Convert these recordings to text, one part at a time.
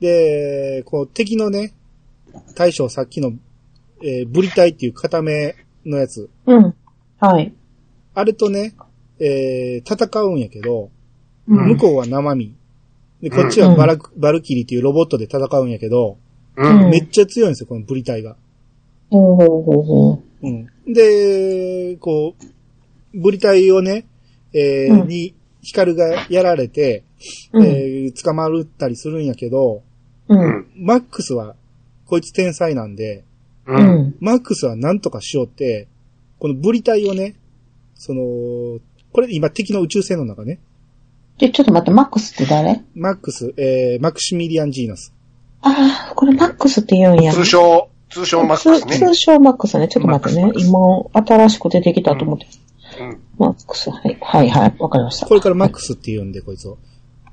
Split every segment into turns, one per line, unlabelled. で、こう敵のね、大将さっきの、えー、ブリタイっていう固めのやつ。
うん。はい。
あれとね、えー、戦うんやけど、
うん
向こうは生身。で、こっちはバラク、バルキリーっていうロボットで戦うんやけど、
う
うん
ん。
めっちゃ強いんですよ、このブリタイが。
ほうほうほうほ
うん。で、こう、ブリタイをね、えー
うん
に、ヒカルがやられて、
う。うん。
えー捕まるったりするんやけど、
う。
うんん。
マックスは、こいつ天才なんで、
う。
うんん。
マックスは何とかしようって、このブリタイをね、その、これ今敵の宇宙船の中ね、
で、ちょっと待って、マックスって誰
マックス、えー、マクシミリアン・ジーナス。
ああ、これマックスって言うんや。
通称、通称マックス
通
ね
通。称マックスね。ちょっと待って
マ
ね
ッ。クス
今、新しく出てきたと思って。
うん。
マックス、はい。はいはい。わかりました。
これからマックスって言うんで、こいつを。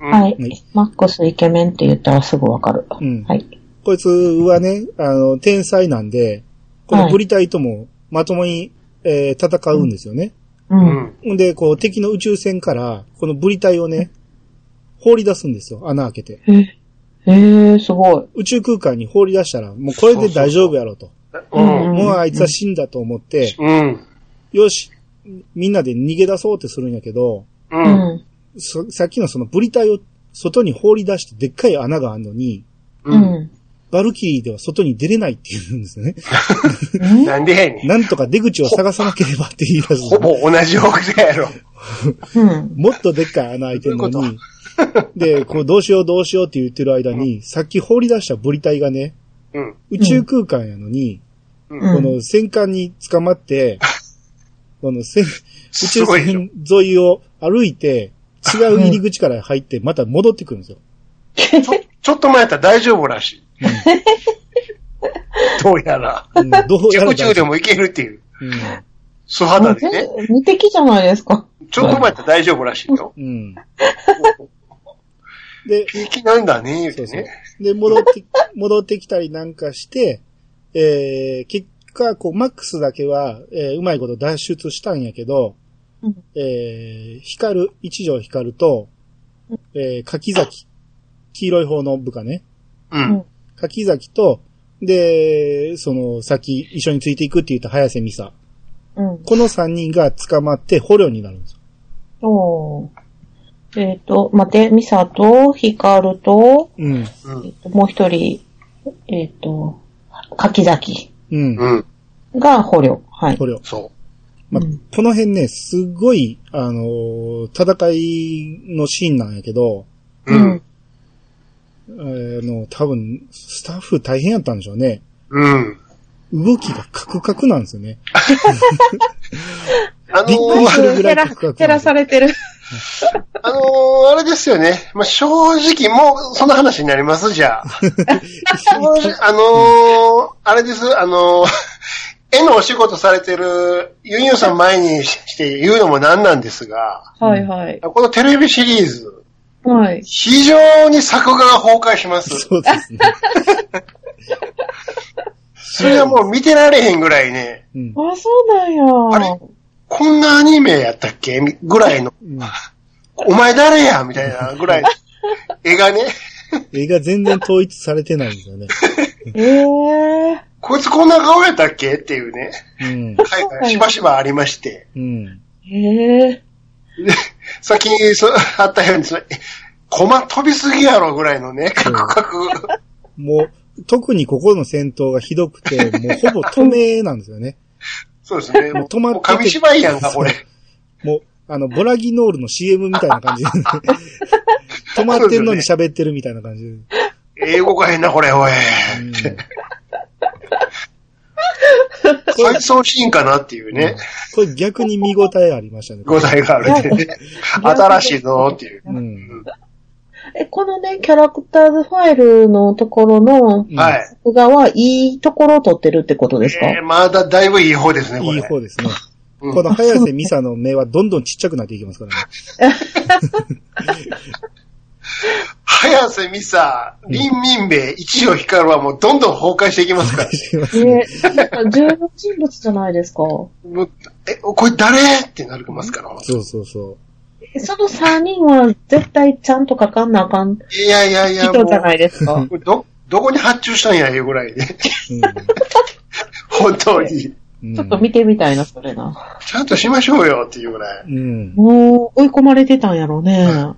うん
はい
い。
マックスイケメンって言ったらすぐわかる。
うん
はい。
こいつはね、あの、天才なんで、このブリタイともまともに、えー戦うんですよね。
う。
うんん。
んで、こう、敵の宇宙船から、このブリタイをね、放り出すんですよ。穴開けて。
えー、えー、すごい。
宇宙空間に放り出したら、もうこれで大丈夫やろと。
うん。
もうあいつは死んだと思って、
うん。
よし、みんなで逃げ出そうってするんやけど、
う
うん。
ん。
そさっきのそのブリタイを外に放り出してでっかい穴があるのに、
う
うん。
ん。
バルキリーでは外に出れないって言うんですよ ね。
うん
なんでやねん。
なんとか出口を探さなければって言い出す
ほ。ぼ同じ大きさやろ。
うん。
もっとでっかい穴開いてるの
どうい
に。で、こうどうしようどうしようって言ってる間に、さっき放り出したブリタイがね、
うん。
宇宙空間やのに、
うん
この戦艦に捕まって、この戦、宇
す
宙
ごいでしょ
船沿いを歩いて、違う入り口から入って、また戻ってくるんですよ。
ちょちょっと前やったら大丈夫らしい。どうやら。
うんどうやら
宇宙でも行けるっていう。
う
素
も
肌
う
でね。
全部無敵じゃないですか。
ちょっと前やったら大丈夫らしいよ。
ん。 うん。で、
平気なんだね、言う
そ
て
うそう
ね。。
で、戻って、戻ってきたりなんかして、えー、結果、こう、マックスだけは、えー、うまいこと脱出したんやけど、
うん
えー、光る、一条光ると、えー、柿崎、黄色い方の部下ね、
うん。
柿崎と、で、その、さっき一緒についていくって言った早瀬美沙。
うん。
この三人が捕まって捕虜になるんですよ。
おーえっ、と、待って、ミサと、ヒカルと、
うん。
うん
えっともう一人、えっ、と、柿崎
うん。
うん。
が捕虜。はい。
捕虜。
そ
まあ
うん
この辺ね、すごい、あのー戦いのシーンなんやけど、
う。うん。。
あの、多分、スタッフ大変やったんでしょうね。
うん。
動きがカクカクなんですよ ね。
あの
びっくりし
ー、
てるぐらいカクカク。
照らされてる。
あのー、あれですよね。まあ、正直、もう、その話になります、じゃあ。正直あのー、あれです、あのー、絵のお仕事されてるユンユンさん前にして言うのもなんなんですが、
はいはい。
このテレビシリーズ、
はい。
非常に作画が崩壊します。
そうですね。
それはもう見てられへんぐらいね、
うん。
あ、そうなんや。
あれこんなアニメやったっけみぐらいの、
うん
お前誰やみたいなぐらい、絵がね、
映画全然統一されてないんですよね。
ええ
こいつこんな顔やったっけっていうね、
うん。
はいはいしばしばありまして。
うん。
ええ
さっきそあったように、それ、コマ飛びすぎやろぐらいのね、カクカク。
もう、特にここの戦闘がひどくて、もうほぼ止めなんですよね。
そうですね。もう
止まってて
もう紙芝居やんか、これ。
もう、あの、ボラギノールの CM みたいな感じで、 止まってんのに喋ってるみたいな感じで。
英語が変な、これ、おい。
うん
再送シーンかなっていうね、
これ逆に見応えありましたね。
語題があるんでね。 新しいぞっていう。
うん。。
え、このね、キャラクターズファイルのところの
はいい。
作画はいいところを撮ってるってことですか、
えー、まだだいぶいい方ですね、これ。
いい方ですね。
うん
この早瀬美沙の目はどんどんちっちゃくなっていきますからね。
早瀬美沙、林民兵、一条光はもうどんどん崩壊していきますから。
すいません
ね、なんか重要人物じゃないですか。
もうえ、これ誰ってなりますから。
そうそうそ
えその三人は絶対ちゃんと書かんなあかん
いやいやいや、も
人
う
じゃないですか。
これど、どこに発注したんや、いうぐらいで。本当に。
うん
ちょっと見てみたいな、それな。
ちゃんとしましょうよ、っていうぐらい。
うん。
もう、追い込まれてたんやろうね。
あ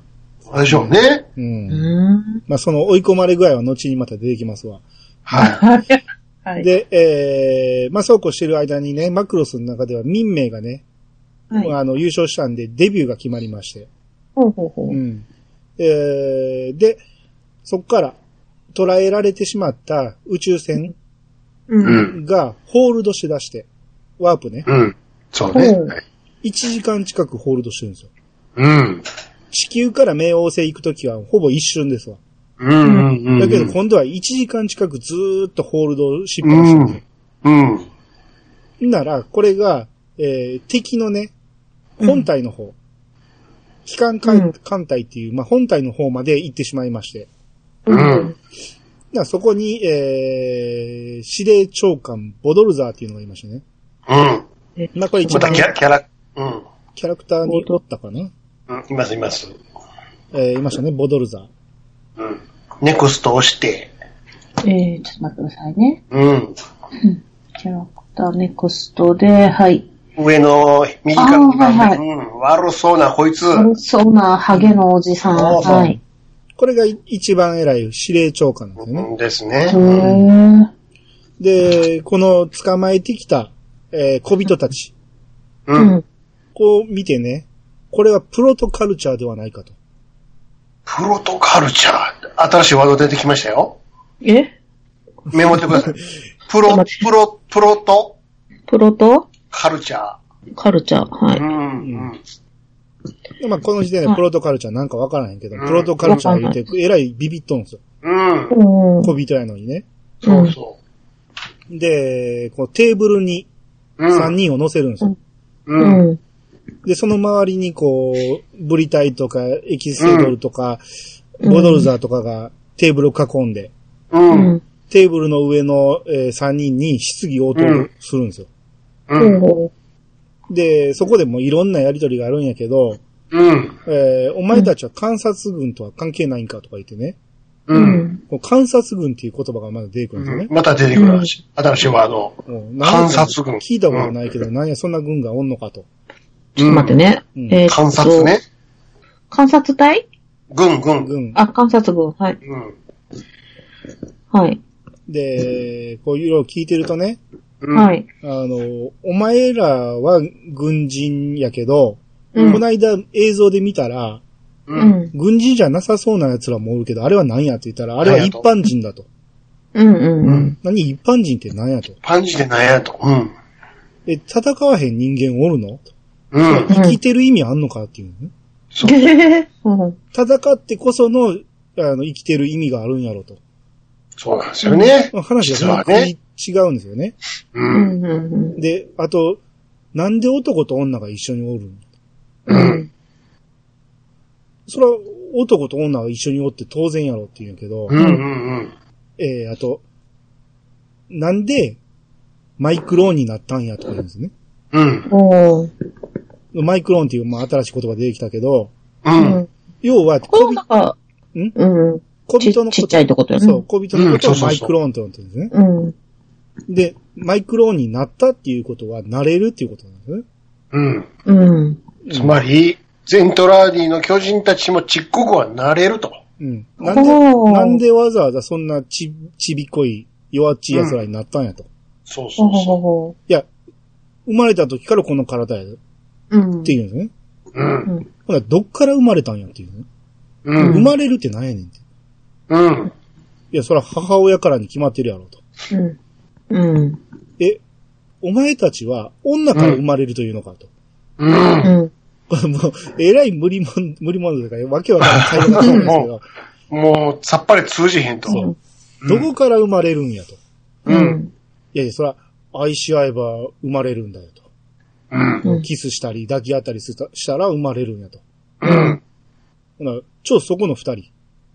れでしょうね。
うん。
うん。
まあ、その追い込まれ具合は後にまた出てきますわ。
はい。
はい。
で、えー、まあ、そうこうしてる間にね、マクロスの中では民名がね、
はい、
あの、優勝したんで、デビューが決まりまして。
ほうほうほ
う
う。
ん。えー、で、そっから、捕らえられてしまった宇宙船
う。
うんん。
がホールドしだして、ワープね、
うん。そうね。
うん
はい
1時間近くホールドしてるんですよ。
うん。
地球から冥王星行くときはほぼ一瞬ですわ。
うん。うんうん。
だけど今度は1時間近くずーっとホールドしっぱなし
う
てるんですよ
ん。うん。
なら、これが、えー敵のね、
うん
本体の方、機関艦,、
うん
艦隊っていう、まあ、本体の方まで行ってしまいまして、
うん。
だからそこに、えー、司令長官、ボドルザーっていうのがいましたね。
うん。
え
まあ、これ一
また
番
キャラ、キャラ、うん。
キャラクターにおったかな。
うん。います、います。
えーいましたね、ボドルザー。
うん。ネクスト押して、
えー、ちょっと待ってくださいね。
うん。
キャラクターネクストで、はい。
上の右から2番目、
あーはいはい
うん。悪そうな、こいつ。
悪そうなハゲのおじさん。
そうそう
はい。
これがい一番偉い司令長官なんですよね。
ですね
へ。ー。
で、この捕まえてきた、えー小人たち、
う。
うんん。
こう見てね、これはプロトカルチャーではないかと。
プロトカルチャー。新しいワード出てきましたよ。
え
メモってください。プ
ちょっと
ロ、
待って
プロ、プロト
プロと
カルチャ
カルチャー。は
ー。う
い。
ん。うん。
でまあ、この時点
は
で
い
プロトカルチャーなんかわからへんけど、
うん
プロトカルチャー言うて、えらいビビっとんすよ。
うん。
うん。
小人やのにね。
そうそ
で、こうテーブルに
う。う
3
ん。
人を乗せるんですよ。
う。
うんん。
で、その周りにこう、ブリタイとか、エキステドルとか、ボドルザーとかがテーブルを囲んで、
う。
うんん。
テーブルの上の、え3人に質疑応答するんですよ。
うん。
ほ
で、そこでもういろんなやりとりがあるんやけど、
うん。
えーお前たちは観察軍とは関係ないんかとか言ってね、
う
う。
うんん。
こう観察軍っていう言葉がまだ出てくるんですよね。
また出てくる話新しいワード。
うんなんや
観察軍
聞いたことないけど、なんやそんな軍がおんのかと。
ちょっと待ってね。
うん
えーっと
観察。ね。
観察隊
軍、軍。
軍。
あ、観察軍。はい。
うん。
はい。
で、こういろいろ聞いてるとね、
うん
はい。
あの、お前らは軍人やけど、
うん
こないだ映像で見たら、
う。
うんん。
軍人じゃなさそうな奴らもおるけど、あれは何やって言ったら、あれは一般人だと。
うんうん
う
うんん。
何一般人って何やと。
パンチでなんやと。うん。
え、戦わへん人間おるの
うん。
生きてる意味あんのかっていうね。
そう。
うん
戦ってこその、あの、生きてる意味があるんやろと。
そうなんですよね。
話
実
が
は
本当
ね
に。違うんですよね。
う。
うんんうん
で、あと、なんで男と女が一緒におるん
う
うんん。
それは男と女が一緒におって当然やろって言うんやけど、
うんうんうん。
えー、あと、なんで、マイクローンになったんやとか言うんですね。
うん。
おー
マイクローンっていう、まあ、新しい言葉出てきたけど、
う。
うんん。
要は、
こ
小
れも
び
なんか、
ん
うん。
小
ち
人の
ちっ
こ
ちゃいってこと
と、
よ
そう、
ね。
小人のこと
う
を
んそうそうそう
マイクローンと呼んでるんですね。
うん。
で、マイクローンになったっていうことは、なれるっていうことなんですね。
うん。
うん。
つまり、ゼントラーディの巨人たちもちっこくはなれると。
うん。なんで、
おー
なんでわざわざそんなち、ちびっこい、弱っちい奴らになったんやと。
そう
ほ
そうう
ほうほう
そ
ほ
生まれた時からこの体やでっ
う。うん。
ていうんですね。
う。うん。
ほな、どっから生まれたんやっていうね。
う
生
ん。
まれるってなんやねんって。
うん。
いや、そら母親からに決まってるやろと。
うん。うん。
え、お前たちは女から生まれるというのかと。
うん。
うん。
これもう、えらい無理もん、無理もんだから、わけわからない会話になってるんですけど、
もう、さっぱり通じへんと。
そう
うん
どこから生まれるんやと。い
うん。
やいや、そら、愛し合えば生まれるんだよと。
うん。
うん
キスしたり抱き合ったりしたしたら生まれるんやと。
うん。
ほな、ちょ、そこの二人、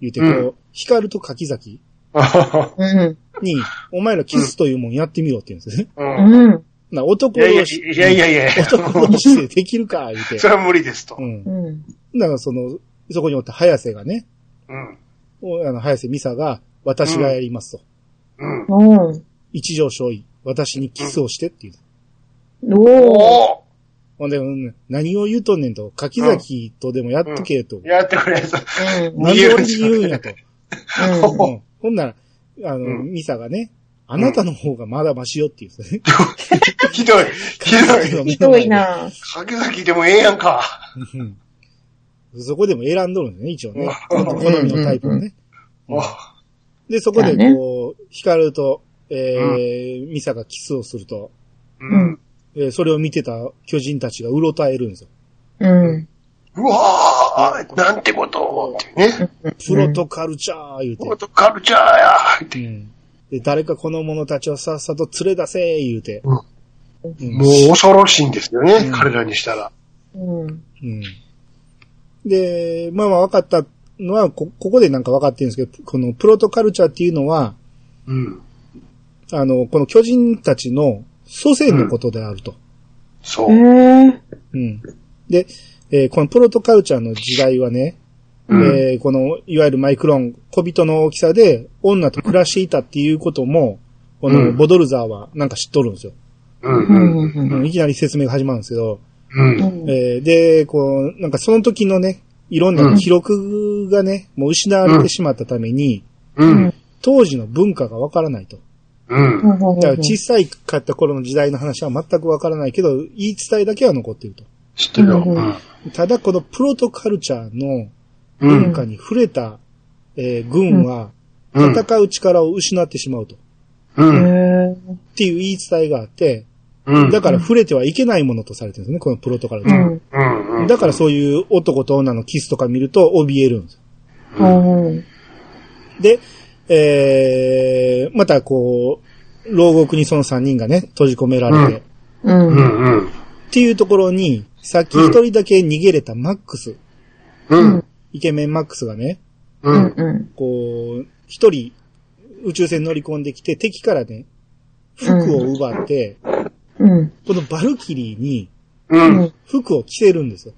言うてこう、
うん
光と柿崎
う
うん。
に、お前らキスというもんやってみろって言うんですね。
ん。
うん。
な、男
いやいや
の
い
し、
やいやいやいや、
男の姿勢できるか、言うて
そ。れは無理ですと
う。ん
う。ん。
だからその、そこにおった早瀬がね、
うん。
おあの、早瀬美沙が、私がやりますと。
うん。
うん。
一条勝尉、私にキスをしてっていう。
おー。
お
ほんで、うん何を言うとんねんと、柿崎とでもやっとけと。
ーやってくれと。
うん。
なんで俺に言うんやと。
うん。
うんほんなら、あの、
うん
ミサがね、あなたの方がまだマシよっていう、ね。
ひどい。ひどい。
ひどいな
柿崎でもええやんか。
うん。そこでも選んどるんだよね、一応ね。
うん
好みのタイプをね。
おー
で、そこで
だね
こう、ヒカルと、えーミサがキスをすると、
うん。
えーそれを見てた巨人たちがうろたえるんですよ。
うん。
うわーなんてことを。ってね。
プロトカルチャー言うて。
フォトカルチャーやって
うんで、誰かこの者たちをさっさと連れ出せ言うて。
うん
うん
もう恐ろしいんですよ
う
ね
ん、
彼らにしたら。
うん。
うん。で、まあまあ分かったのは、こ、ここでなんか分かってるんですけど、このプロトカルチャーっていうのは、
うん。
あの、この巨人たちの祖先のことであると。
そ
え
う。
ー。
うん。で、えーこのプロトカルチャーの時代はね、
うん。
えーこの、いわゆるマイクロン、小人の大きさで女と暮らしていたっていうことも、こ
う
の
ん
ボドルザーはなんか知っとるんですよ。
うん
う
うん。
ん。
うん、いきなり説明が始まるんですけど、
うん。
うん。
えーで、こう、なんかその時のね、いろんな記録がね、もう失われてしまったために、
うん。
当時の文化がわからないと。
うん。
だから小さいかった頃の時代の話は全くわからないけど、言い伝えだけは残っていると。
知ってるよ。
うん
ただ、このプロトカルチャーの
うん。うん
文化に触れた、えー軍は、
うん。
戦う力を失ってしまうと。
うん。
え
っていう言い伝えがあって、
うん。
だから触れてはいけないものとされてるんですね、このプロトカルチ
う
ャー。
ん。うん。
だからそういう男と女のキスとか見ると怯えるんです。
うん。
で、えー、またこう、牢獄にその3人がね、閉じ込められて、
うん
う。
うんん。うん。
っていうところに、さっき一人だけ逃げれたマックス、
うん。
イケメンマックスがね、
う。
うんん。
こう、一人、宇宙船乗り込んできて、敵からね、服を奪って、
うん。
このバルキリーに
うん。
服を着せるんですよ。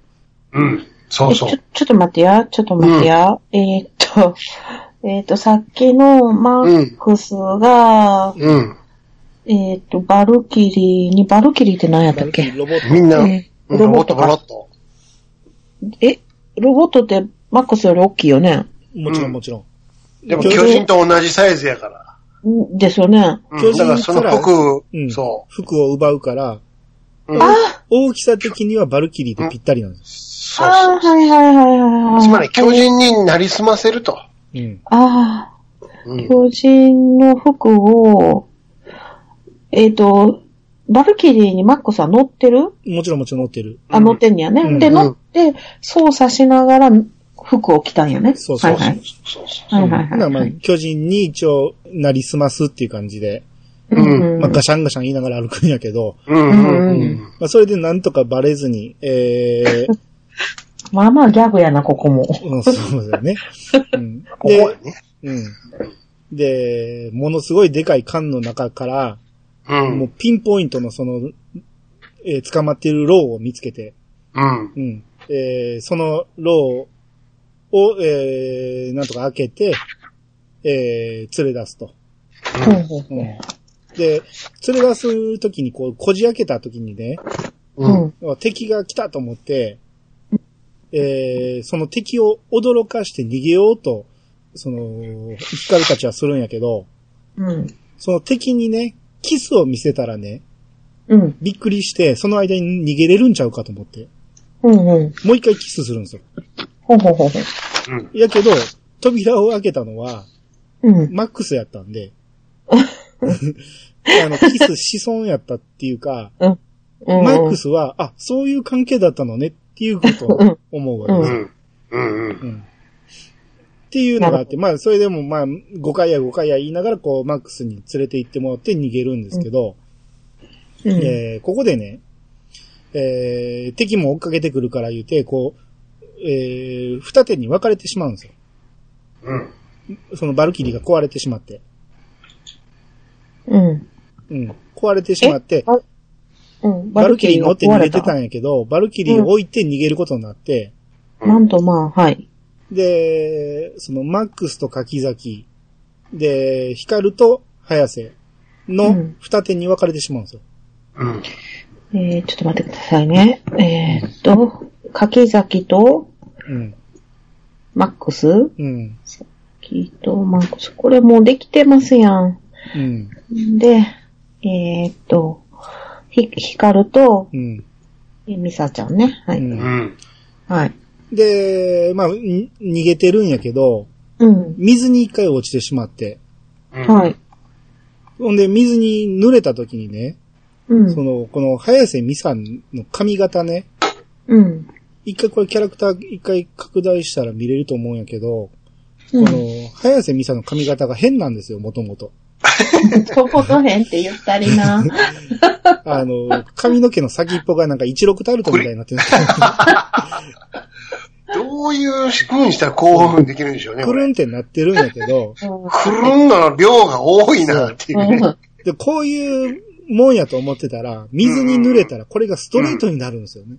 うん。そう
え
そ
ちょ
う。、
ちょっと待ってや、ちょっと待ってや。えーっと、 えーっと、さっきのマックスが、
うん。
えーっと、バルキリーに、バルキリーって何やったっ
バルキリ
け
ーロボッ
みんな、
えーロボット
も
か
ら。っと。
え、ロボットってマックスより大きいよね。
ト、もちろ
うん
んもちろん。
でも巨人と同じサイズやから。
んですよね。
うんだからその服
う、ん
そ
服を奪うから、
う。うん
あ
大きさ的にはバルキリーとぴったりなんです。
そうそ
あ
う
ー、はいはいはいはいはい。
つまり巨人になりすませると。
うん。
ああ、
うん。
巨人の服を、えっ、と、バルキリーにマックスは乗ってる
もちろんもちろん乗ってる。
あ、乗ってんねやね。
うん
で、
うん
乗って、操作しながら服を着たんやね。
そうそうそう
はいはい。
そうそう。
はいは
うん
い
だからま
は
あ
い。、
巨人に一応、なりすますっていう感じで、
うん
まあ、ガシャンガシャン言いながら歩くんやけど、
うんうんうん。
まあ、それでなんとかバレずに、えー、
まあまあギャグやな、ここも。
うんそうだよね。うん、で
ここやね。
うん。で、ものすごいでかい缶の中から、
う。
もうんピンポイントのその、えー捕まっているローを見つけて、
うん。
うん。えーそのローを、えーなんとか開けて、えー連れ出すと。うんで、連れ出すときに、こう、こじ開けたときにね、
う。
うんん。
敵が来たと思って、えーその敵を驚かして逃げようと、その、ヒカルたちはするんやけど、
うん。
その敵にね、キスを見せたらね、
うん。
びっくりして、その間に逃げれるんちゃうかと思って、
うん。うん。
もう一回キスするんですよ。
ほうほうほうほ
うん。
やけど、扉を開けたのは、
う。うん。
マックスやったんで、 あの、キスしそうやったっていうか、
うん。
マックスは、あ、そういう関係だったのねっていうことを思うわけ
う
です。
ん。うん。
うんっていうのがあって、まあ、それでもまあ、5回や5回や言いながら、こう、マックスに連れて行ってもらって逃げるんですけど、
うん。
えーここでね、えー敵も追っかけてくるから言うて、こう、えー二手に分かれてしまうんですよ。
うん。
そのバルキリーが壊れてしまって。
うん。
うん。壊れてしまって、
あうん。
バルキリー乗って逃げてた
ん
んやけど、バルキリーを置いて逃げることになって、
なんとまあ、はい。
で、そのマックスと柿崎、で、ヒカルと早瀬
う
の
ん
二手に分かれてしまうんですよ。
うん。
えー、ちょっと待ってくださいね。えーっと、柿崎と
うん。
マックス
うん。
柿とマックス。これもうできてますやん。
うん。
で、えーっと、ひ、ヒカルと、
うん。
えミサちゃんね。はい。
うん
うん。
はい。
で、まあ、に逃げてるんやけど、
うん。
水に一回落ちてしまって、
うん
はい。
ほんで、水に濡れた時にね、
うん。
その、この、早瀬美さんの髪型ね、
うん。
一回これキャラクター一回拡大したら見れると思うんやけど、
うん
この、早瀬美さんの髪型が変なんですよ、もともと。
とことへんって言ったりな。
あの、髪の毛の先っぽがなんか一六タルトみたいになってる。
どういう風にしたら興奮できるんでしょうね。
く
これ
るんってなってるんやけど、
くるんの量が多いなっていううね。
ん。
で、こういうもんやと思ってたら、水に濡れたらこれがストレートになるんですよね。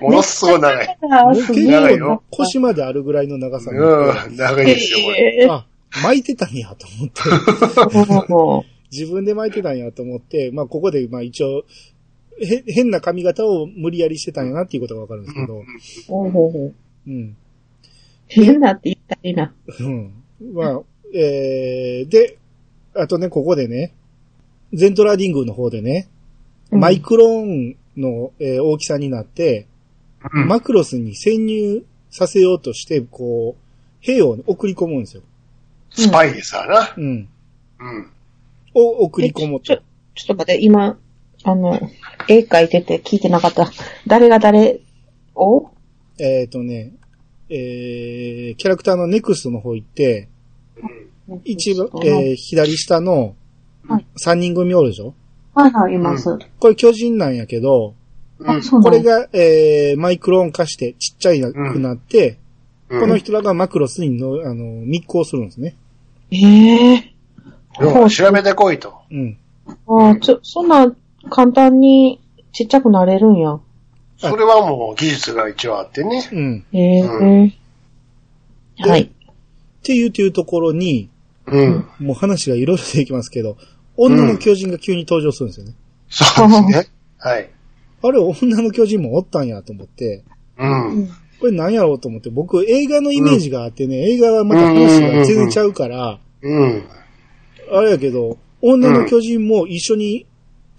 ものすごい長い。
もう
あ、
結
す
長
ご
い
い。
構
よ
腰まであるぐらいの長さになって
うん、長いですよ、これ。
え
あ、巻いてたんやと思って。
ー
自分で巻いてたんやと思って、まあここでまあ一応、へ、変な髪型を無理やりしてたんやなっていうことがわかるんですけど、
ほうほうほう。
うん。
変なって言ったりな。
うん。まあ、えー、で、あとね、ここでね、ゼントラディングの方でね、
うん
マイクローンの、えー大きさになって、
うん
マクロスに潜入させようとして、こう、兵を送り込むんですよ。
スパイでさな。
うん。
うん。
を送り込もう
ちょ
と。、
ちょっと待って、今、あの、絵描いてて聞いてなかった。誰が誰を
えっ、とね、えー、キャラクターのネクストの方行って、一番、えー、左下の
はい
3人組おるでしょ、
はいはい、います。
これ巨人なんやけど、
うん
あ、そう
こ
なん
れ
だ。
が、えー、マイクローン化してちっちゃいなくなって、
うん
この人らがマクロスにの、あの、密航するんですね。
ええ
要は調べてこいと。
うん。
ああ、ちょ、そんな簡単にちっちゃくなれるんや。
それはもう技術が一応あってね。
うん。
ええ
う
はい。
っていうというところに、
うん。
もう話がいろいろできますけど、女の巨人が急に登場するんですよね。
そうですね。はい。
あれ、女の巨人もおったんやと思って、
うん。
これ何やろうと思って、僕映画のイメージがあってね、映画はまた話が全然ちゃうから、
うん。
あれやけど、女の巨人も一緒に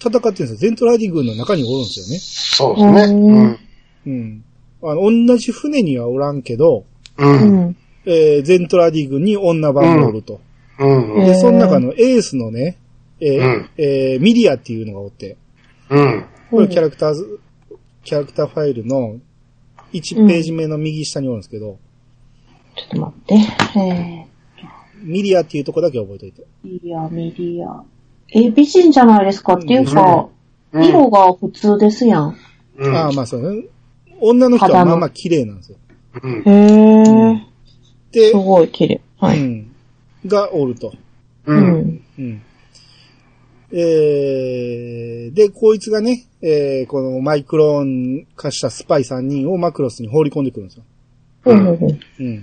戦ってるんですよ。ゼントライディングの中におるんですよね。
そうですね。うん。
うん。あの、同じ船にはおらんけど、
う。
うんん。
えー、ゼントラディ軍に女版がおると。
うん。
う
で、
ん
その中のエースのね、えー
うん
えーミリアっていうのがおって、
うん。
これキャラクターズ、キャラクターファイルの1ページ目の右下におるんですけど、
ちょっと待って。え
ミリアっていうとこだけ覚えといて。
ミリア、ミリア。え、美人じゃないですかっていうか、
うん
色が普通ですやん。
うん。
ああ、まあそうね。女の人は
肌の
まあまあ綺麗なんですよ。
うん
え。へえ。
で、
すごい綺麗。は
う
い。
ん。がおると。
う。
うんん。
うん。えー、で、こいつがね、えー、このマイクロン化したスパイ3人をマクロスに放り込んでくるんですよ。
ほうほうほう。
うん。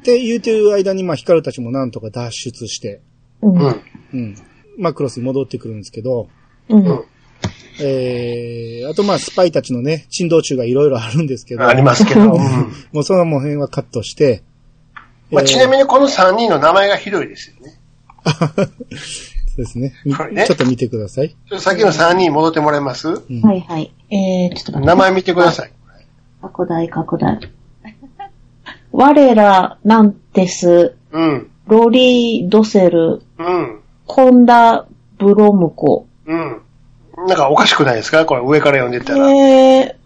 って言うてる間に、まあ、ヒカルたちもなんとか脱出して、
うん。
うん。マクロスに戻ってくるんですけど、
うん。
えー、あとまあ、スパイたちのね、珍道中がいろいろあるんですけど、
ありますけど。
もうその辺はカットして、
まあ、ちな
に。
みにこの3人の名前がひどいですよね。
そうですね。み
これね
ちょっと見てください。
さっきの3人戻ってもらえます
はいはい。えー、ちょっと待って。
名前見てください。
拡大拡大。我ら、なんです、
うん。
ロリー・ドセル、
うん。
コンダ・ブロムコ。
うん。なんかおかしくないですかこれ上から読んで
え
たら。
ー、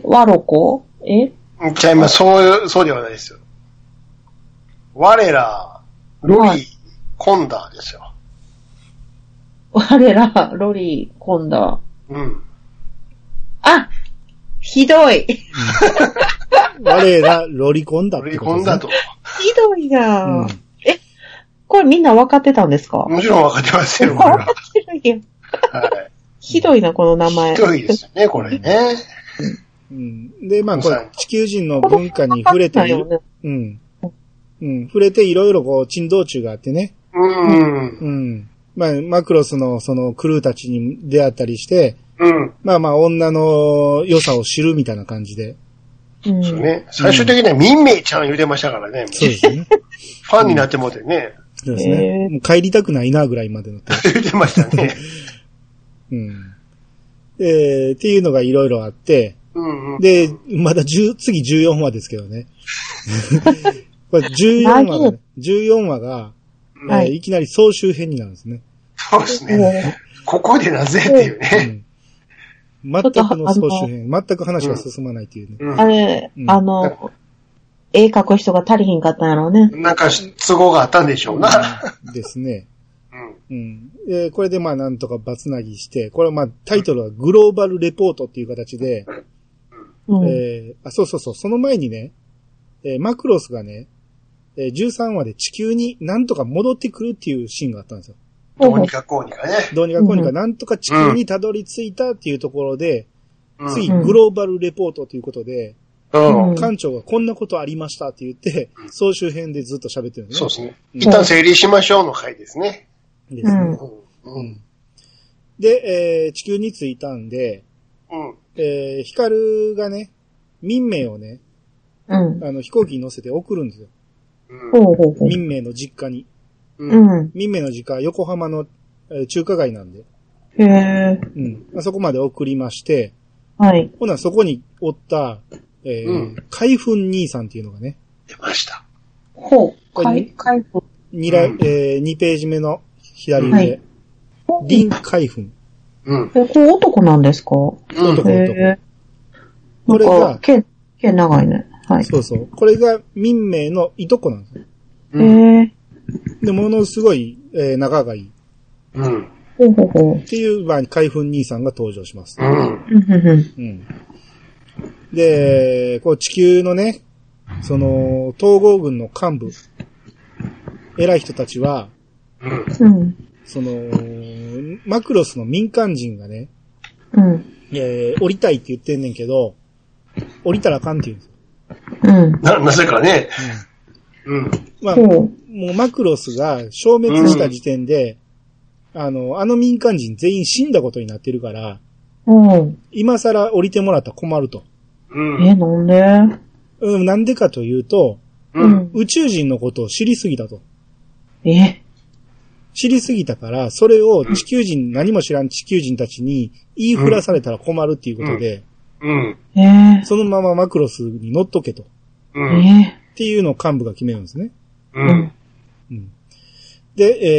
え、ワロコえ
ちゃいます。そういう、そうではないですよ。我ら、ロリー、コンダーですよ。
我ら、ロリー、コンダ。
うん。
あひどいひ
我ら、ロリコンだっ
ロリ
て
ー、
こと
コ
で
ン
すね
ダーと。
どいな、
うん
え、これみんな分かってたんですか
もちろんわかってますよ、これ
分
は
か。ってるやん。
は
ひどいな、この名
い。
前。
ひどいですよね、これね。
うん。で、まあこれ、地球人の文化に触れて
た
い
よ
る。
ね。
うん。うん。触れていろいろこう、珍道中があってね。
うん。
うん。まあ、マクロスのそのクルーたちに出会ったりして、
うん。
まあまあ女の良さを知るみたいな感じで。
うん。
そうね。最終的にはミンメイちゃん言うてましたからね。
そうですね。
ファンになってもうてね。
そうですね。
えー
もう帰りたくないなぐらいまでのと。
言うてましたね。
うん。えー、っていうのがいろいろあって、
うんうん。
で、まだ10、次14話ですけどね。 これ14話がね、14話が、
うん
はい
えーいきなり総集編になるんですね。
そうです
もう
ね。ここでなぜっていう
う
ね。
ん、全くの総集編、全く話が進まないっていうね。
うん
あれ
う、ん
あの、絵描く人が足りひんかったんやろうね。
なんか都合があったんでしょうな。
ですね。
うん。
うん。えーこれでまあなんとかバツナギして、これはまあタイトルはグローバルレポートっていう形で、
うん。
えーあ、そうそうそう、その前にね、えーマクロスがね、えー13話で地球になんとか戻ってくるっていうシーンがあったんですよ。
どうにかこうにかね。
どうにかこうにか
うん
なんとか地球にたどり着いたっていうところで、
うん
次グローバルレポートということで、
うん
うん
館長がこんなことありましたって言って、総集編でずっと喋ってるのね。
そうですね。
うん
一旦整理しましょうの回ですね。
ですね
うん
うん。うん。
で、えー地球に着いたんで、
うん。
えー、ヒカルがね、民名をね、
うん。
あの、飛行機に乗せて送るんですよ。
うん
ほうほうほう。
民名の実家に。
う。
うんん。
民名の実家は横浜の、えー中華街なんで、
へえ。
うん。あそこまで送りまして、
はい。
ほな、そこにおった、えー
うん
海粉兄さんっていうのがね、
出ました。
ほう。
これ
海、海部。
2ら、
うん
えー、二ページ目の左上、
はい
林海粉。
うん。
え、これ男なんですか
うん。
男
へ
男
え。な
こ
ん
れ
か
が、、
毛、毛長いね。はい。
そうそう。これが民名のいとこなんですよ。
へえ。
で、ものすごい、えー仲がいい。
うん。
ほうほうほう
っ。ていう場合に海粉兄さんが登場します。
うん。
うんうんうん。
うん。で、こう地球のね、その、統合軍の幹部、偉い人たちは、
うん。
うん。
その、マクロスの民間人がね、
うん。
えー降りたいって言ってんねんけど、降りたらあかんって言うんですよ。
うん。
な、なぜかね。うん。
まあ、
ほ
も
う。
うマクロスが消滅した時点で、あの、あの民間人全員死んだことになってるから、
うん。
今更降りてもらったら困ると。
うん。
え、なんで
うん、なんでかというと、
うん。。
宇宙人のことを知りすぎたと。
え、
知りすぎたから、それを地球人、何も知らん地球人たちに言いふらされたら困るっていうことで、
うん。
えー、
そのままマクロスに乗っとけと。っ
うん。
え
ていうのを幹部が決めるんですね。
ー、
うん。
うん、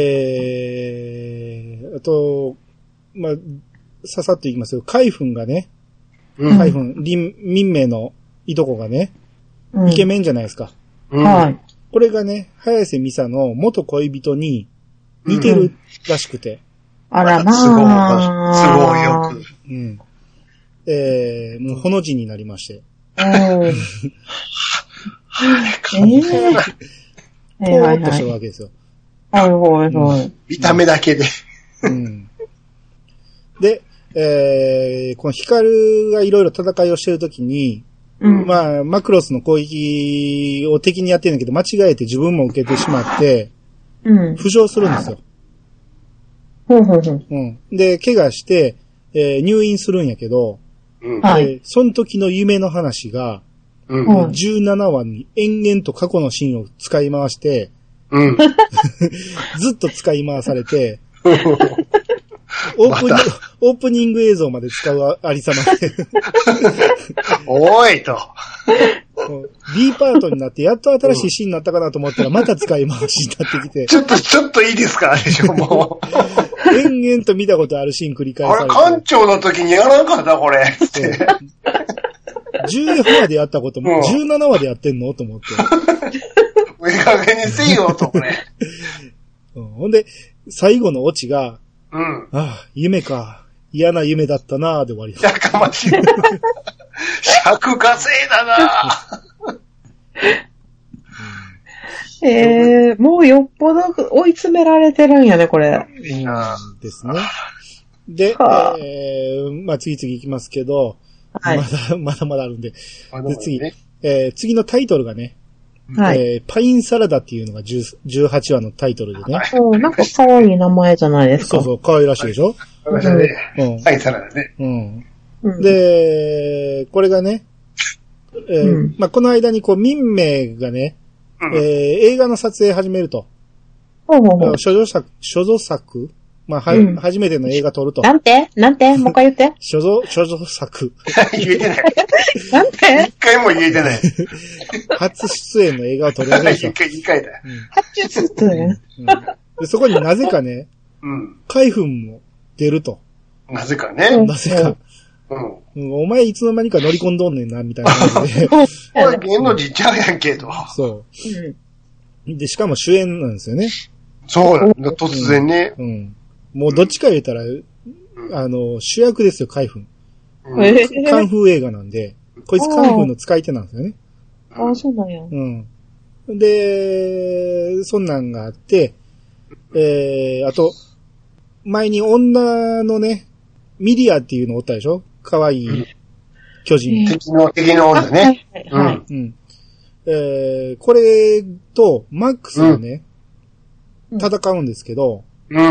で、えー、あと、まあ、ささっといきますけど、カイフンがね、
うん。
カイフン、リン、民名のいとこがね、
うん。
イケメンじゃないですか。
うん。
はい。
これがね、早瀬美沙の元恋人に似てるらしくて、
あらま
都合
あ。
が、都合よく。
うん。えー、もうほの字になりまして。
うん。えー
ポ
えは
ー
い
っと
は
す
い
る。わけですよ。
はいはいはい。
見た目だけで。
うん。で、えー、このヒカルがいろいろ戦いをしてるときに、
うん。
まあ、マクロスの攻撃を敵にやってるんだけど、間違えて自分も受けてしまって、
うん。
負傷するんですよ。
ほうほうほう。
うん。で、怪我して、えー入院するんやけど、
うん。
は
え
い。
ーその時の夢の話が、
うん。
はい
17話に延々と過去のシーンを使い回して、
うん。
ずっと使い回されて、オープニング、
また
オープニング映像まで使うありさまで、
おーいと。
もう B パートになって、やっと新しいシーンになったかなと思ったら、また使い回しになってきて、
ちょっと、ちょっといいですかでしょ、もう。
延々と見たことあるシーン繰り返
あ
され
れ、館
て、
長の時にやらんかった、これ。つ って。
14話でやったことも、
う
17話でやってんのと思って。
もういい加減にせよ、と、これ。
うんほんで、最後のオチが、
うん。
ああ、夢か。嫌な夢だったなぁで終わり。
やかまし い。尺稼いだな
えー、もうよっぽど追い詰められてるんやね、これ。
いいな
ですね。で、
はあ
えー、まあ次々行きますけど、
はい
ま。だ、まだまだあるんで。
まだま
で、
だ
次
ね。、
えー次のタイトルがね、
はい。
えーパインサラダっていうのが10 18話のタイトルでね。
おなんか可愛い名前じゃないですか。
そうそう、可愛らしいでしょ、
私はね、
うん
はい、サラダね。
うん。
うん、
で、これがね、えー
うん
まあ、この間にこう、民名がね、
うん
えー映画の撮影始めると。
ほうほうほう。
所蔵作、所蔵作まあ、は、
うん
初めての映画撮ると。
なんてなんてもう一回言って。
所蔵、所蔵作。
言えてない。
なんて
一回も言え てない。
初出演の映画を撮り始めると
一。回、一回だ。
発注する
うんでそこになぜかね、
うん。
海軍も出ると。
なぜか
う
ね。
なぜか。
うん。こ
うんお前いつの間にか乗り込んどんねんな、みたいな感 じで。
れ芸能人ちゃうやんけ、と。
そう。で、しかも主演なんですよね。
そうなんだ。突然ね。
うん。もうどっちか言うたら、あの、主役ですよ、海軍。
うん
え
カンフー映画なんで、こいつカンフーの使い手なんですよね。
ああ、そうなんや。
うん。で、そんなんがあって、えー、あと、前に女のね、ミリアっていうのおったでしょ可愛い巨人。
敵の、敵の女ね。
はい。
う
はい
ん。
うん。えー、これと、マックスがね、
うん
戦うんですけど、
うん。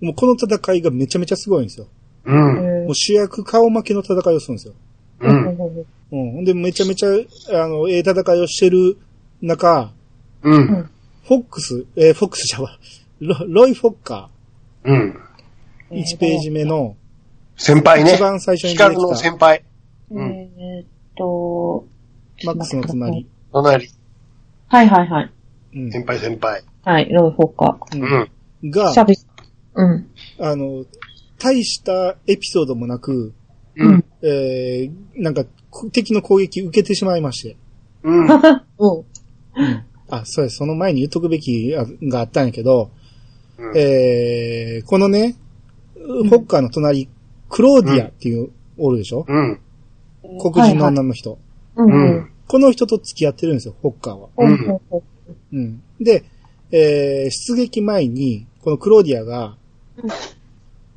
もうこの戦いがめちゃめちゃすごいんですよ。
う。
うんん
もう主役顔負けの戦いをするんですよ。
う。
ほうんほうほう
うん。ほんで、めちゃめちゃ、あの、ええ戦いをしてる中、
うん。
フォックス、えーフォックスじゃわ、ロロイ・フォッカ
うん。
ー、1ページ目の、
先輩ね
一。番最初に
ヒ
出
カ
て
ルの
きた、
先輩。うん
えーっと、
マックスの隣。
隣。
はいはいはい。
うん
先輩先輩。
はい、ロイフォーカ
う
うんん。
が
ー。、喋うん。
あの、大したエピソードもなく、
うん。
えー、なんか、敵の攻撃受けてしまいまして。
うん。
うん。
あ、そうや、その前に言っとくべきあがあったんやけど、
うん
えー、このね、フォッカーの隣、クローディアっていう、おるでしょ
うん。
黒人の女の人。
う。
うんん。
この人と付き合ってるんですよ、フォッカーは。
ほうほうほう
うん。で、えー、出撃前に、このクローディアが、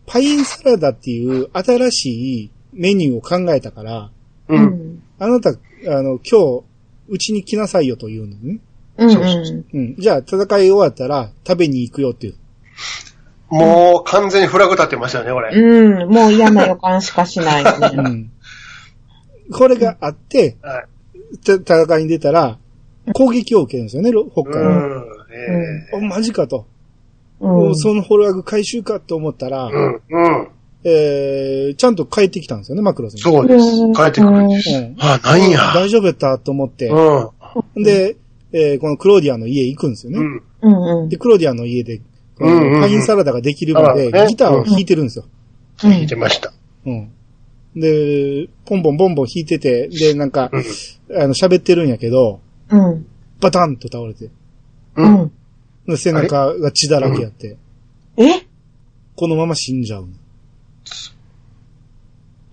パインサラダっていう新しいメニューを考えたから、
う。
うんん。
あなた、あの、今日、うちに来なさいよというのね。
うん。
そうそう
うん
うん。じゃあ、戦い終わったら、食べに行くよっていう。
もう完全にフラグ立ってましたよね、これ。
うん。もう嫌な予感しかしないよね。
うん。これがあって、
はい。
た戦いに出たら、攻撃を受けるんですよね、ロ北
う
海は。
ん。ええ
お、マジかと。
うん。
そのフォロワーグ回収かと思ったら、
うん。うん。
えー、ちゃんと帰ってきたんですよね、マクロスに。
そうです。帰ってくる。
うん。
あ、なんや。
大丈夫やったと思って。
うん。
で、えーこのクローディアの家行くんですよね。
うん。
うんうん
で、。クローディアの家で、この
うんうんうん
パインサラダができるまで
あら、ね
ギターを弾いてるんですよ。
聞いてました。
うん。で、ポンポンポンポン弾いてて、で、なんか、
うん。
あの、喋ってるんやけど、
うん。
バタンと倒れて、
う
うん。
ん。
で背中が血だらけやって、
え
このまま死んじゃう。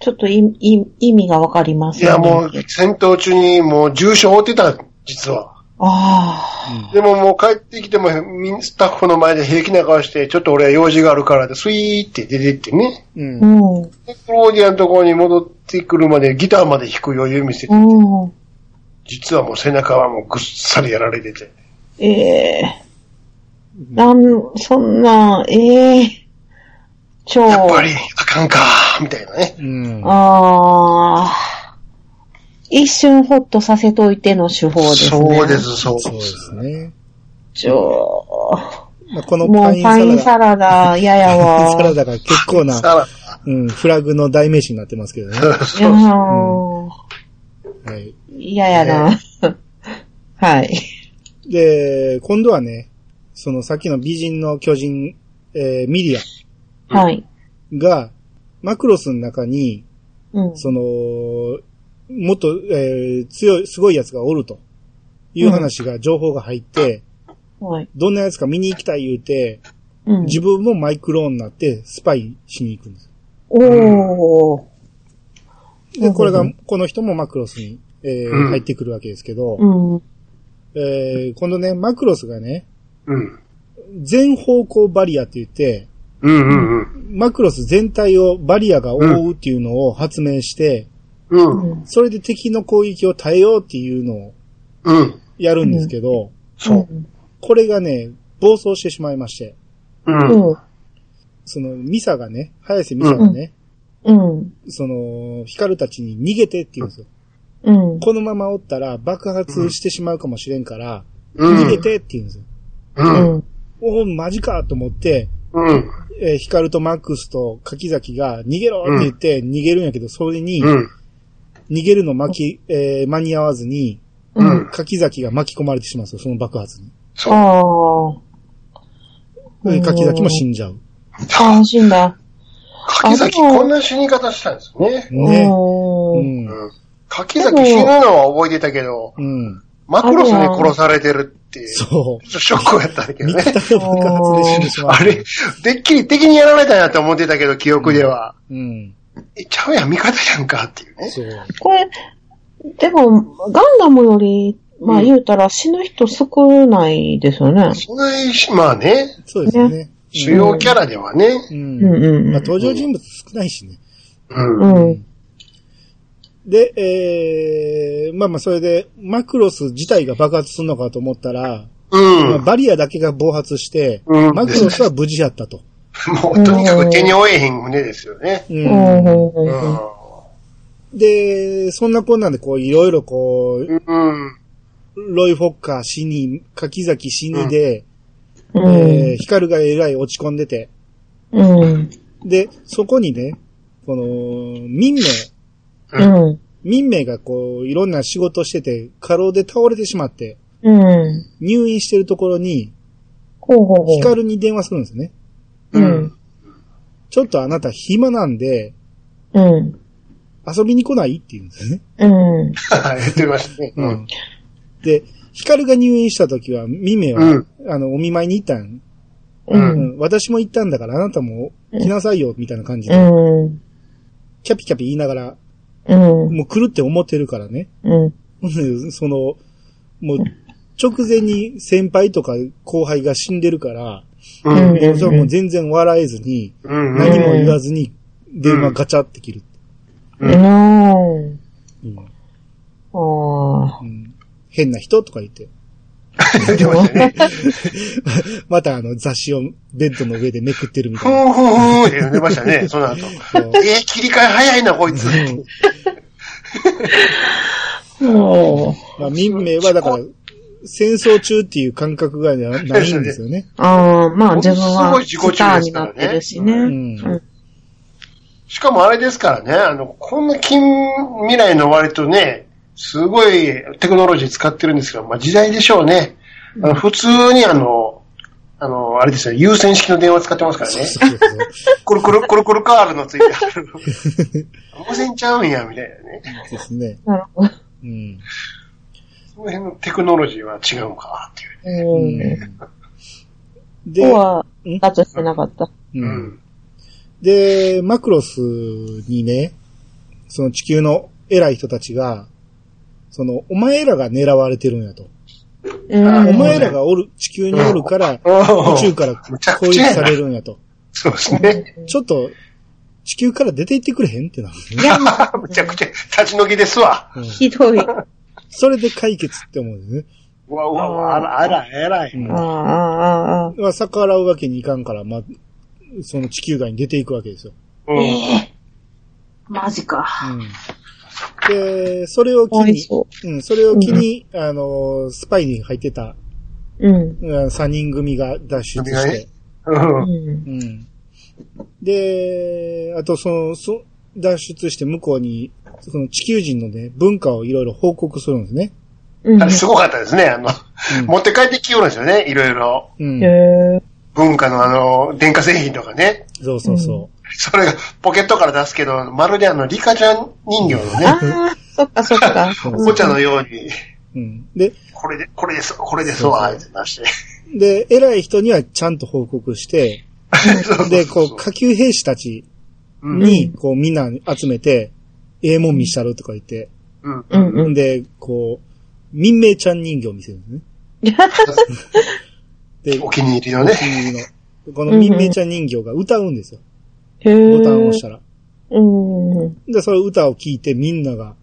ちょっといい意味がわかりま
い
せん。
や、もう、戦闘中にもう重傷を負ってた、実は。
あ
でももう帰ってきても、みんスタッフの前で平気な顔して、ちょっと俺は用事があるからで、スイーって出てってね。
う。
あ。うんん。うん。
でクローディアのところに戻ってくるまで、ギターまで弾く余裕見せて、実はもう背中はもうぐっさりやられてて。
ええなん、そんな、ええ超、
やっぱり、あかんか、みたいなね。
うん。
ああ、一瞬ホッとさせといての手法ですね。
そうです、そう
そう
で。
ですすね。
超、
まあ、この
も
パ
う
インサ
パイ
ラ
ン
ダ、
サラダ、や や
パインサラ
わ。
ダが結構な、
さ
うん、フラグの代名詞になってますけど ね。
あ、
いや
そう
ー
はい。
嫌やな。 はい。
で、今度はね、そのさっきの美人の巨人、えーミリア
はい。
が、マクロスの中に、
うん。
その、もっと、えー強い、すごい奴がおると。いう話が、情報が入って、
はい。
どんな奴か見に行きたい言うて、
うん。
自分もマイクローンになって、スパイしに行くんです。
おー。
で、これが
う、
この人もマクロスに、えー
うん
入ってくるわけですけど、
うん。
えー今度ね、マクロスがね、
うん。
全方向バリアって言って、
うんうん
マクロス全体をバリアが覆うっていうのを発明して、
うん。
う
うん。
ん。
それで敵の攻撃を耐えようっていうのを
うん。
やるんですけど、
そう。
これがね、暴走してしまいまして、
うん。
うん。
そのミサがね、早瀬ミサがね、
うん。
その、ヒカルたちに逃げてって言うんですよ。
うん。
このままおったら爆発してしまうかもしれんから、
うん。
逃げてって言うんですよ。
う。
うんん。
おお、マジかと思って、
うん。
えーヒカルとマックスと柿崎が逃げろって言って逃げるんやけど、それに
うん。
逃げるの巻き、えー間に合わずに、
う
うん。
ん。
柿崎が巻き込まれてしまうんですよ、その爆発に。
あ
そう。
あ。
で柿崎も死
ん
んじゃう。
あ、死んだ。
柿崎こんな死に方したんですよね。
ね。う
うん。
ん。
うん。柿崎死ぬのは覚えてたけど、
うん。
マクロスに殺されてるっていう。
そ
ちょっとショックやったんだけ
う。
ど
味
ね。
方が爆発で死んでしまう。
あれ、でっきり敵にやられたんやと思ってたけど、記憶では。
うん。
え、ちゃうやん、味方やんかっていうね。
そう。
これ、でも、ガンダムより、ま
う
あ
ん
言うたら死ぬ人少ないですよね。
しないし、まあね、
そうですよね。
主要キャラではね。
う。
うんんうん
まあ、
うん。
登場人物少ないしね。
うん。
う
う。
んんで、えー、まあまあ、それで、マクロス自体が爆発するのかと思ったら、
う
まあ
ん。
バリアだけが暴発して、
うん
マクロスは無事やったと。
もう、とにかく手に負えへん船ですよね。
う
うん
ん
うん
う
うん
ん。
で、そんなこんなんで、こう、いろいろこう、
うん。
ロイ・フォッカー死に、柿崎死にで、
う
えー
ん。
ヒカルがえらい落ち込んでて、
うん。
で、そこにね、この、民名、
うん。
民名がこう、いろんな仕事してて、過労で倒れてしまって、
うん。
入院してるところに、
ほうほうほう。
ヒカルに電話するんですね。
う
うん
ん。
ちょっとあなた暇なんで、
うん。
遊びに来ないって言うんですね。
うん。
言ってましたね。う。
うんん。で、ヒカルが入院した時は、ミメは、
うん
あの、お見舞いに行ったん。
う。
うんん。私も行ったんだから、あなたも来なさいよ、みたいな感じ
う
で、
ん。
キャピキャピ言いながら、
うん。
もう来るって思ってるからね。
うん。
ほんでその、もう、直前に先輩とか後輩が死んでるから、
う
うん
ん。
もうそれはもう全然笑えずに、
うん。
何も言わずに、電話ガチャって切る。
うん。
うん
ああ。
うん変な人とか言って。
言ってましたね。
またあの雑誌をベッドの上でめくってるみ
ふ
たいな。
んふんふんって言ってましたね、その後。
そう
えー、切り替え早いな、こいつ。
うん
そう。
まあ、民名はだから、戦争中っていう感覚がなないんですよね。
ああ、まあ
ものす
自
ごい
分は
自己中
スター
で
に
すから
なっ
ね
てるし
う
ね。
ん。
しかもあれですからね、あの、こんな近未来の割とね、すごいテクノロジー使ってるんですけど、まあ時代でしょうね。あの普通にあの、あの、あれですよ、優先式の電話使ってますからね。
そうそうそう
コルコルコルコルカールのついてあ る。無線ちゃうんや、みたいなね。
ですね。
なるほど。
うん。
その辺のテクノロジーは違うのか、っていう。
うん。
で
ここ、は、脱してなかった。
う
うんん。
で、マクロスにね、その地球の偉い人たちが、その、お前らが狙われてるんやと。
うん。
お前らがおる、地球におるから、宇宙から攻撃されるんやと。
そうですね。
ちょっと、地球から出て行ってくれへんってなるんですね。
いや、ま あ、むちゃくちゃ立ち退きですわ。
うん
ひどい。あ
それで解決って思うんですね。
うわうわうわ、あら、あら、偉い。
う
あ、
ん
ああ、あ
まあ、逆らうわけにいかんから、まあ、その地球外に出ていくわけですよ。
うん。
マジか。
うん。で、それを
あ。か
機
わい
に、
そ
うん、それを機に、あのー、スパイに入ってた、
う。うん。
うん、3人組が脱出
組が
して
ね、うん
うん。
うん。で、あとその、そ、脱出して向こうに、その地球人のね、文化をいろいろ報告するんですね。
うん
あれすごかったですね。あの、
うん
持って帰ってきようんですよね。いろいろ。
うん。
へ
文化のあの、電化製品とかね。
そうそうそ
それがポケットから出すけど、まるであの、リカちゃん人形の
え。
ね、
ああ、そっかそっか。
そう
お
そう
もちゃのように、
う。うん。で、
これで、これです、これですわ、ってなして。
で、偉い人にはちゃんと報告して、で、こう、
か
下級兵士たち
うん、うん、
に、こう、みんな集めて、ええもん見したるとか言って、
うん。
うんうんん。
で、こう、民命ちゃん人形見せるんですね。
お気に入りの
で、お気
ね。
に入りの。このみんめちゃん人形が歌うんですよ。
へえ。
ボタンを押したら。
うん。うん。
で、その歌を聴いてみんなが、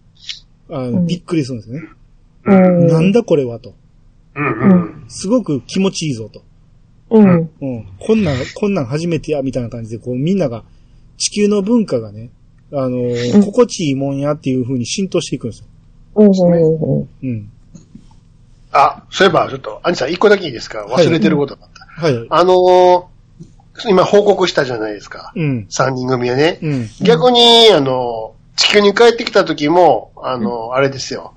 あ
う
の
ん
びっくりするんですね。
うん。
なんだこれはと。
うんうん。
すごく気持ちいいぞと。
うん。
うん。こんなん、こんなん初めてや、みたいな感じで、こうみんなが、地球の文化がね、あのー
うん
心地いいもんやっていう風に浸透していくんですよ。
うん。
うん。
あ、そういえば、ちょっと、アンジさん、一個だけいいですか忘れてることがあった。
はい。う
あのー今報告したじゃないですか。
ん。
三人組はね。
うん。
逆に、あの、地球に帰ってきた時も、あの、あれですよ。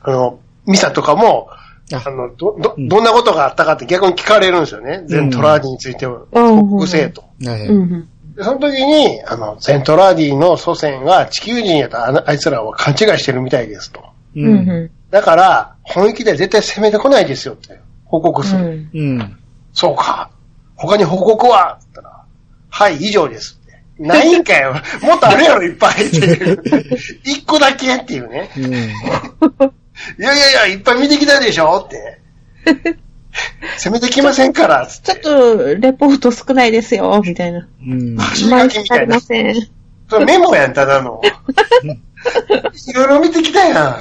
あの、ミサとかも、
あ
あの、ど、ど、
うん
どんなことがあったかって逆に聞かれるんですよね。ゼントラーディについては、報告せえと。
はい。
う
うん
ん。
で、その時に、あの、ゼントラーディの祖先が地球人やとあのあいつらは勘違いしてるみたいですと。
う。
うんん。
だから、本気で絶対攻めてこないですよって報告する。
うん。
そうか。他に報告はって言ったら、はい、以上ですって。ないんかよ。もっとあるやろ、いっぱいっていう。一個だけっていうね。いやいやいや、いっぱい見てきたでしょって。攻めてきませんから、つっ。
ちょってと、レポート少ないですよ、みたいな。
うん。
走り書
毎
きみ
日あ
たい
り
な
ま。せん。
それメモやん、ただの。いろいろ見てきたや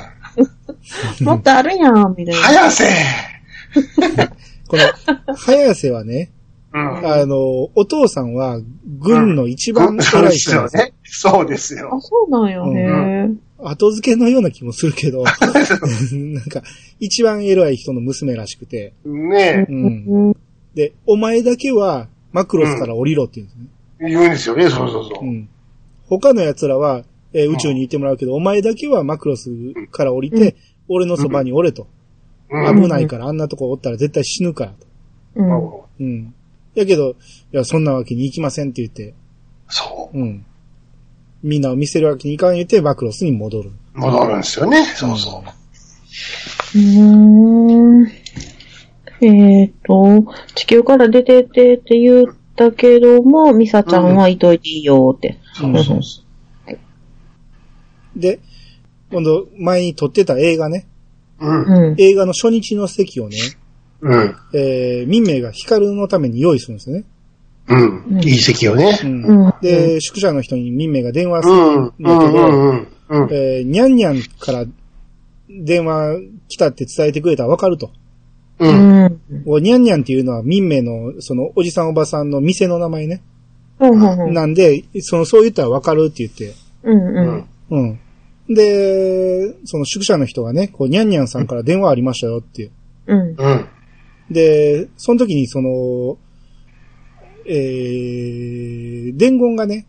ん。
もっとあるやん、みたいな。
早瀬。
この、早瀬はね、
うん。
あの、お父さんは、軍の一番
そう
偉
で
い人
す
なん
よ
ですよ。
ね。そうですよ
あ、。そうなんよね。
後付けのような気もするけど、 なんか、一番偉い人の娘らしくて、
ね
う。
うんん。
で、お前だけは、マクロスから降りろって言うんですね。
え。言うんですよね、そうそうそうう。
ん。他の奴らは、えー宇宙に行ってもらうけど、お前だけはマクロスから降りて、俺のそばにおれと。
うん。
危ないから、あんなとこおったら絶対死ぬからと。
うん。
うん。やけど、いや、そんなわけにいきませんって言って、
そう。
うん。みんなを見せるわけにいかん言って、マクロスに戻る。
戻るんですよね。そうそう。
うん。えっと、地球から出てってって言ったけども、ミサちゃんはいといていいよって。
うんで、今度、前に撮ってた映画ね、
うん。
うん。
映画の初日の席をね、
うん。
えー、民名がヒカルのために用意するんですよね。
うん。いい席をね
う。。
うんん。
で、宿舎の人に民名が電話す
う
る
ん。うんん。
だけど、
うん。うん。
えーにゃんにゃんから電話来たって伝えてくれたらわかると。
う。
うんん。
おにゃんにゃんっていうのは民名の、その、おじさんおばさんの店の名前ね。
うん。
なんで、その、そう言ったらわかるって言って。
うん。
う
うん
う
ん。。
ん。で、その宿舎の人がね、こう、にゃんにゃんさんから電話ありましたよっていう。
うん。
うん。
で、その時にその、えー、伝言がね、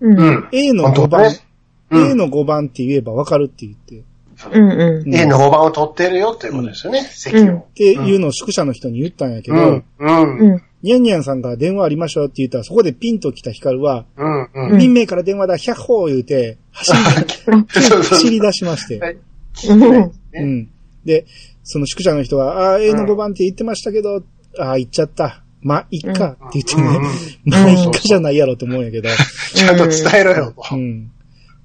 うん。
う
うん。
ん。
A の
本
5
当
番、
ね。う
A
ん。
の5番って言えばわかるって言って。
うん。
うん
A の5番を取ってるよっていうことですよね。席を。
っていうのを宿舎の人に言ったんやけ
う
ど、
ん。うん。
うん。
にゃんにゃんさんから電話ありましょうって言ったら、そこでピンと来たヒカルは、
うん。うん。
民名から電話だ、百歩言うて、走
そう
り、
そう。
走り出しま して。
うん。
うん。で、その宿舎の人は、ああ、A の5番って言ってましたけど、ああ、言っちゃった。まあ、いっか、って言ってね、まあ、いっかじゃないやろと思うんやけど、
ちゃんと伝えろよと。
うん。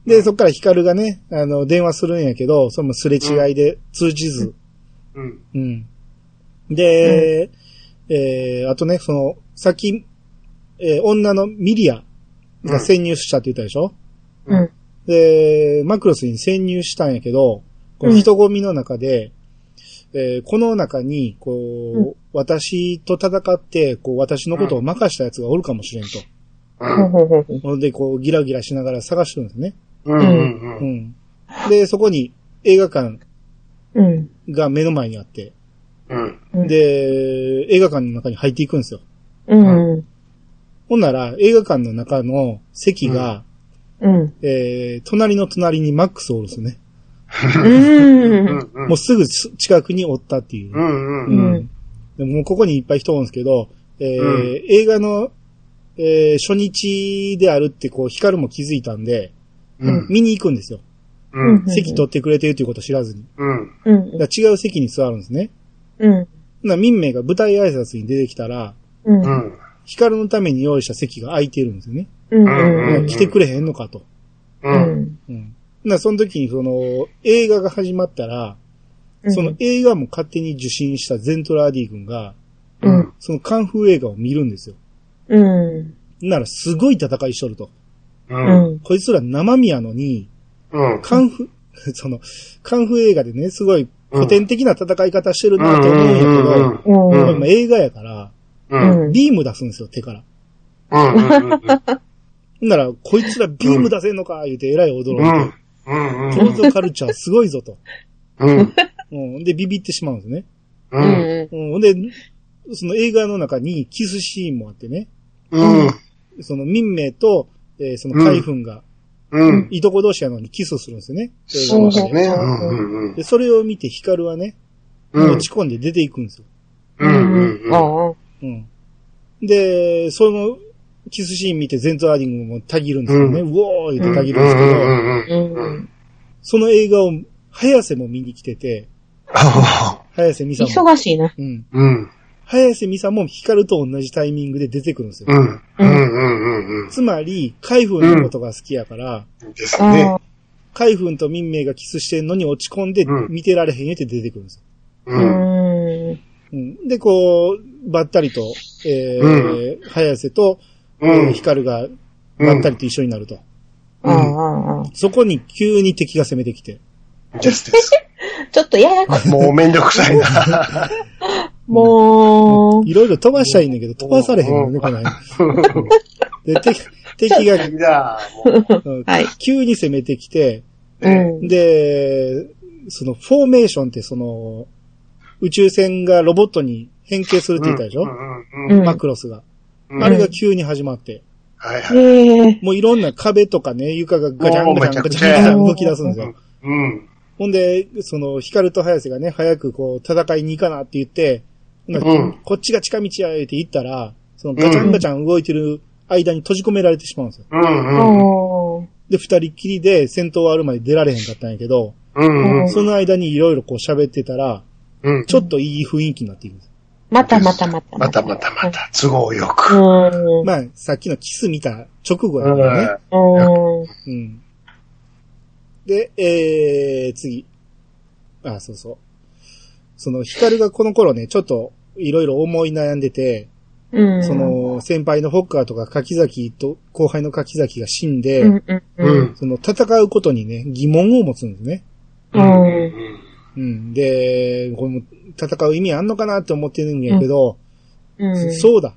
で、そっからヒカルがね、あの、電話するんやけど、そのすれ違いで通じず、
うん。
うん。で、えー、あとね、その、さっき、えー女のミリアが潜入したって言ったでしょ、
うん。
で、マクロスに潜入したんやけど、この人混みの中で、えーこの中に、こう、
う
私と戦って、こう、私のことを任したやつがおるかもしれんと。
うん。
ほんで、こう、ギラギラしながら探してるんですね。
うん。う。
うんん。で、そこに映画館
うん。
が目の前にあって、
うん。
うん
で、映画館の中に入っていくんですよ。
うん。
ほんなら、映画館の中の席が、
うん。
えー、隣の隣にマックスおるんですね。
うん。
うん。うん。
もうすぐす近くにおったっていう。
うん。うん。
ん
でもうここにいっぱい人おるんですけど、えー
うん
映画の、えー初日であるってこう、ヒカルも気づいたんで、
うん。
見に行くんですよ。
うん。
席取ってくれてるということを知らずに。
うん。
うん。
だから違う席に座るんですね。
うん。
ほな、民名が舞台挨拶に出てきたら、
うん。
う
うん。
ん。
ヒカルのために用意した席が空いてるんですよね。
うん。
うん
来てくれへんのかと。
うん。
うん。ほな、その時にその、映画が始まったら、その映画も勝手に受信したゼントラーディ軍が、
うん。
そのカンフー映画を見るんですよ。
うん。
ならすごい戦いしとると。
う。
うんん。
こいつら生身やのに、
うん。
カンフ、 その、カンフー映画でね、すごい古典的な戦い方してるなと思うんやけど、
うん。
で
う
も
ん。
今映画やから、
うん。うん。
ビーム出すんですよ、手から。
うん。
なら、こいつらビーム出せんのか、言うて、えらい
うん。う
驚い
ん。うん。
て。構造カルチャーすごいぞと。
うん。
うん。で、ビビってしまうんですね。
うん。
うん。で、その映画の中にキスシーンもあってね、
うん。
その民名と、えーその海軍が、
うん。
いとこ同士やのにキスするんですよね。映画
そ
の
うで
中
すね。うん。うん。
で、それを見てヒカルはね、
うん。
落ち込んで出ていくんですよ。
うん。うん。
ああ。
うん。で、その、キスシーン見てゼンツアーディングもたぎるんですよね。うおー言ってたぎるんですけど、
うん。
その映画を、早瀬も見に来てて、早瀬美さんも。
忙しいな。
うん。早瀬美さんもヒカルと同じタイミングで出てくるんですよ。つまり、海軍のことが好きやから、
ですね
あ。
海軍と民名がキスしてんのに落ち込んで
うん
見てられへんよって出てくるんですよ。
あ。うん。
うん、で、こう、ばったりと、えー早瀬と、えーヒカルがばったりと一緒になると。
ああ。
そこに急に敵が攻めてきて。
ですです。
ちょっとややこしい。
もうめんどくさいな。
もう、
いろいろ飛ばしたらいいねんだけど、飛ばされへんの
う
ね、
ん
この辺。で、敵、敵が、
いや、もう。
うん
はい。
急に攻めてきて、
うん。
で、その、フォーメーションってその、宇宙船がロボットに変形するって言ったでしょ、
うん。
マクロスが。
うん
あれが急に始まって、
はいはい。
ええ。
もういろんな壁とかね、床がガチャンガチャンガチャンガチャン動き出すんですよ。
うん。
ほんで、その、ヒカルと早瀬がね、早くこう、戦いに行かなって言って、まあ
うん
こっちが近道や、って言ったら、そのガチャンガチャン動いてる間に閉じ込められてしまうんですよ。
うん。うん。
おー。
で、二人っきりで戦闘終わるまで出られへんかったんやけど、
うん。
その間にいろいろこう喋ってたら、
うん。
ちょっといい雰囲気になっていくんです。
またまたまた。
またまたまた、都合よく。
うん。
まあ、さっきのキス見た直後
う
やからね
ん。。
うん。
うん。で、えー、次。あ、そうそう。その、ヒカルがこの頃ね、ちょっと、いろいろ思い悩んでて、
うん。
そ、の、先輩のホッカーとか柿崎と、後輩の柿崎が死んで、
うんうん
う
うん。
ん。
その、戦うことにね、疑問を持つんですね。うん。で、これも、戦う意味あんのかなって思ってるんやけど、
うん。
そうだ。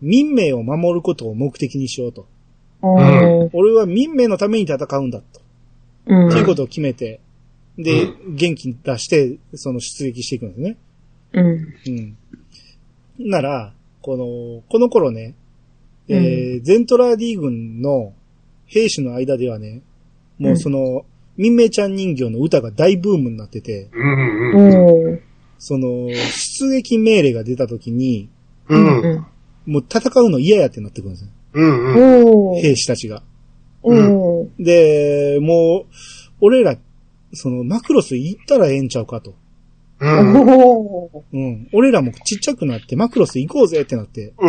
民命を守ることを目的にしようと。
うん。
俺は民命のために戦うんだと。
うん。
ということを決めて、で、
う
元気に出して、その出撃していくんですね。
うん。
うん。なら、この、この頃ね、えーゼントラーディ軍の兵士の間ではね、もうその、民命ちゃん人形の歌が大ブームになってて、
うん。
うん。
その、出撃命令が出た時に、
う
うん。
ん。
もう戦うの嫌やってなってくるんですよ。
うん。うん。
おー。
兵士たちが。
おー。
で、もう、俺ら、その、マクロス行ったらええんちゃうかと。
うん。
おー。
うん。俺らもちっちゃくなって、マクロス行こうぜってなって、
う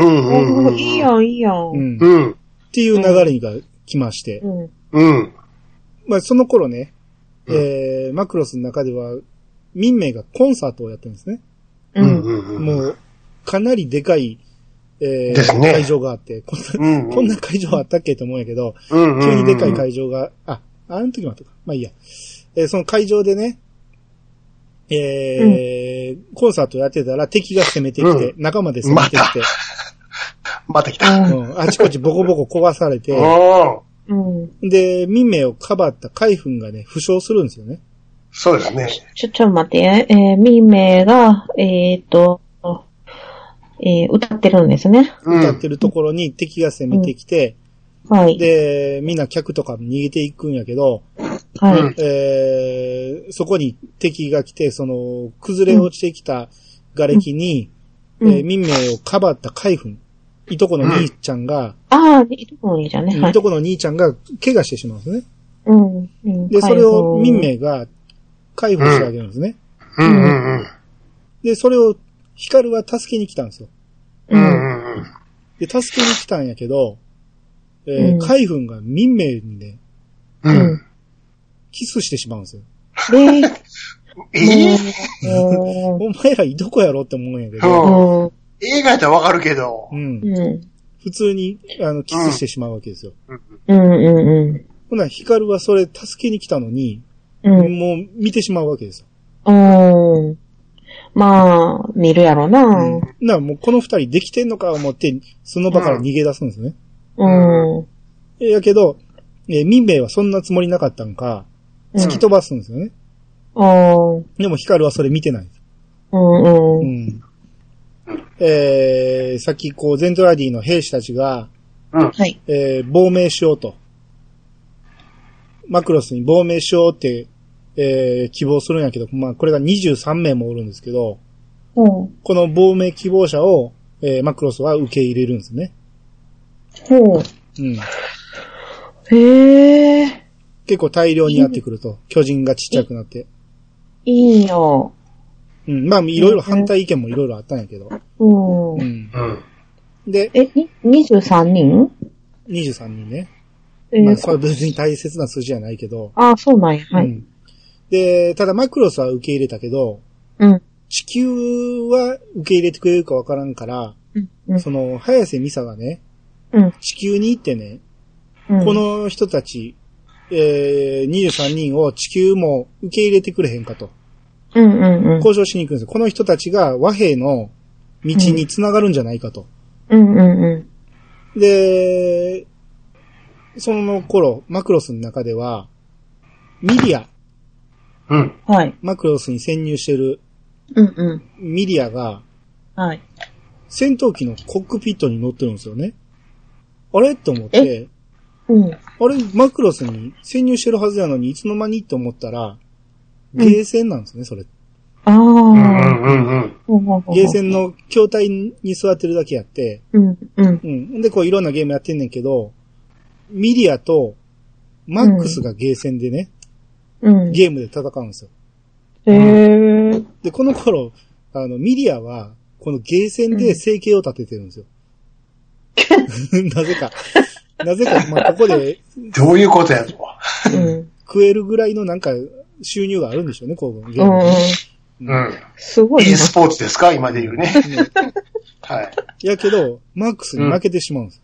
ん。
いいやん、いいや
う
ん。う
ん。っ
ん。
うん。
ていう流れが来まして、
うん。
まあその頃ね、
うん
えー、マクロスの中では、民名がコンサートをやってるんですね。
う
うん。
ん。
うん。
もう、かなりでかい、え
で
ー、
すね
会場があって、こんな、
うん。
こんな会場あったっけと思うんやけど、
うん。
急にでかい会場が、あ、あの時もあったか。まあいいや。えーその会場でね、えーコンサートやってたら敵が攻めてきて、仲間で攻めてきて、
また来た。
うん、あちこちボコボコ壊されて、
お
うん。
で、民名をかばった海軍がね、負傷するんですよね。
そうですね。
ちょ、ちょ、待って、えー、ミメが、えーっと、えー、歌ってるんですね。
うん。
歌ってるところに敵が攻めてきて、
はい。
で、みんな客とか逃げていくんやけど、
はい。
うん
えーそこに敵が来て、その、崩れ落ちてきた瓦礫に、
うん
えー民名をかばった海軍、いとこの兄ちゃんが、
ああ、いとこの兄ちゃんね。はい
い。とこの兄ちゃんが怪我してしまうんですね。
うん。うん
で、それを民。名が解放してあげるんですね。
うん。うん。
で、それをヒカルは助けに来たんですよ。
う。
うんん。
うん。
で、助けに来たんやけど、えー
うん
海軍が民名にね、
う。
うんん。
キスしてしまうんですよ。
で、
え
も、
お前らいとこやろって思うんやけど、
そう
うん。
映画やったらわかるけど
う。ん。
うん。
普通に、あの、キスしてしまうわけですよ。
うんうん
ほな、ヒカルはそれ助けに来たのに、
うん。うん。
もう見てしまうわけですよ。
うん。まあ、見るやろな。うん。
な、もうこの二人できてんのか思って、その場から逃げ出すんですね。
うん。
えやけど、えー民兵はそんなつもりなかったんか、
うん
突き飛ばすんですよね。
うん。
でもヒカルはそれ見てない。
うん。
う
うん。
ん。えー、さっきこう、ゼントラディの兵士たちが、
はい。
えー、亡命しようと。マクロスに亡命しようって、えー、希望するんやけど、まあ、これが23名もおるんですけど、
ほ
この亡命希望者を、えー、マクロスは受け入れるんですね。
ほう。
うん。
へえ、
結構大量にやってくると、巨人がちっちゃくなって。
いいよ。
うん。まあ、いろいろ反対意見もいろいろあったんやけど。う
う。
んん。
うん。
で、
え、に23人
23人ね。
えー
まあ、これは別に大切な数字じゃないけど。
あ、そうなんや。は
う
い。
ん。で、ただマクロスは受け入れたけど、
うん。
地球は受け入れてくれるかわからんから、
うん。うん
その、早瀬美沙がね、
うん。
地球に行ってね、
うん
こ、の人たち、えー、23人を地球も受け入れてくれへんかと。
うんうんうん。
交渉しに行くんですよ。この人たちが和平の道に繋がるんじゃないかと。
うんうんうん。
で、その頃、マクロスの中では、ミディア、
うん。
はい。
マクロスに潜入してる
うんうん。
ミディアが、
はい。
戦闘機のコックピットに乗ってるんですよね。あれと思って、
うん。
あれ、マクロスに潜入してるはずやのに、いつの間にって思ったら、ゲーセンなんですね、それ。
あ
う
あ。
んうんうん。
ほうほうほう
ゲーセンの筐体に座ってるだけやって、
うんうん。
うん。で、こういろんなゲームやってんねんけど、ミリアとマックスがゲーセンでね、
うん。
ゲームで戦うんですよ。
へえ。
で、この頃、あの、ミリアは、このゲーセンで生計を立ててるんですよ。なぜか。なぜか、まあ、ここで
どういうことやと。
うん。
食えるぐらいのなんか収入があるんでしょうね、こう、ゲ
う
ーム
ん
に。。
うん。
すご
e
いな。
スポーツですか今で言うね。はい。
やけど、マックスに負けてしまうんです。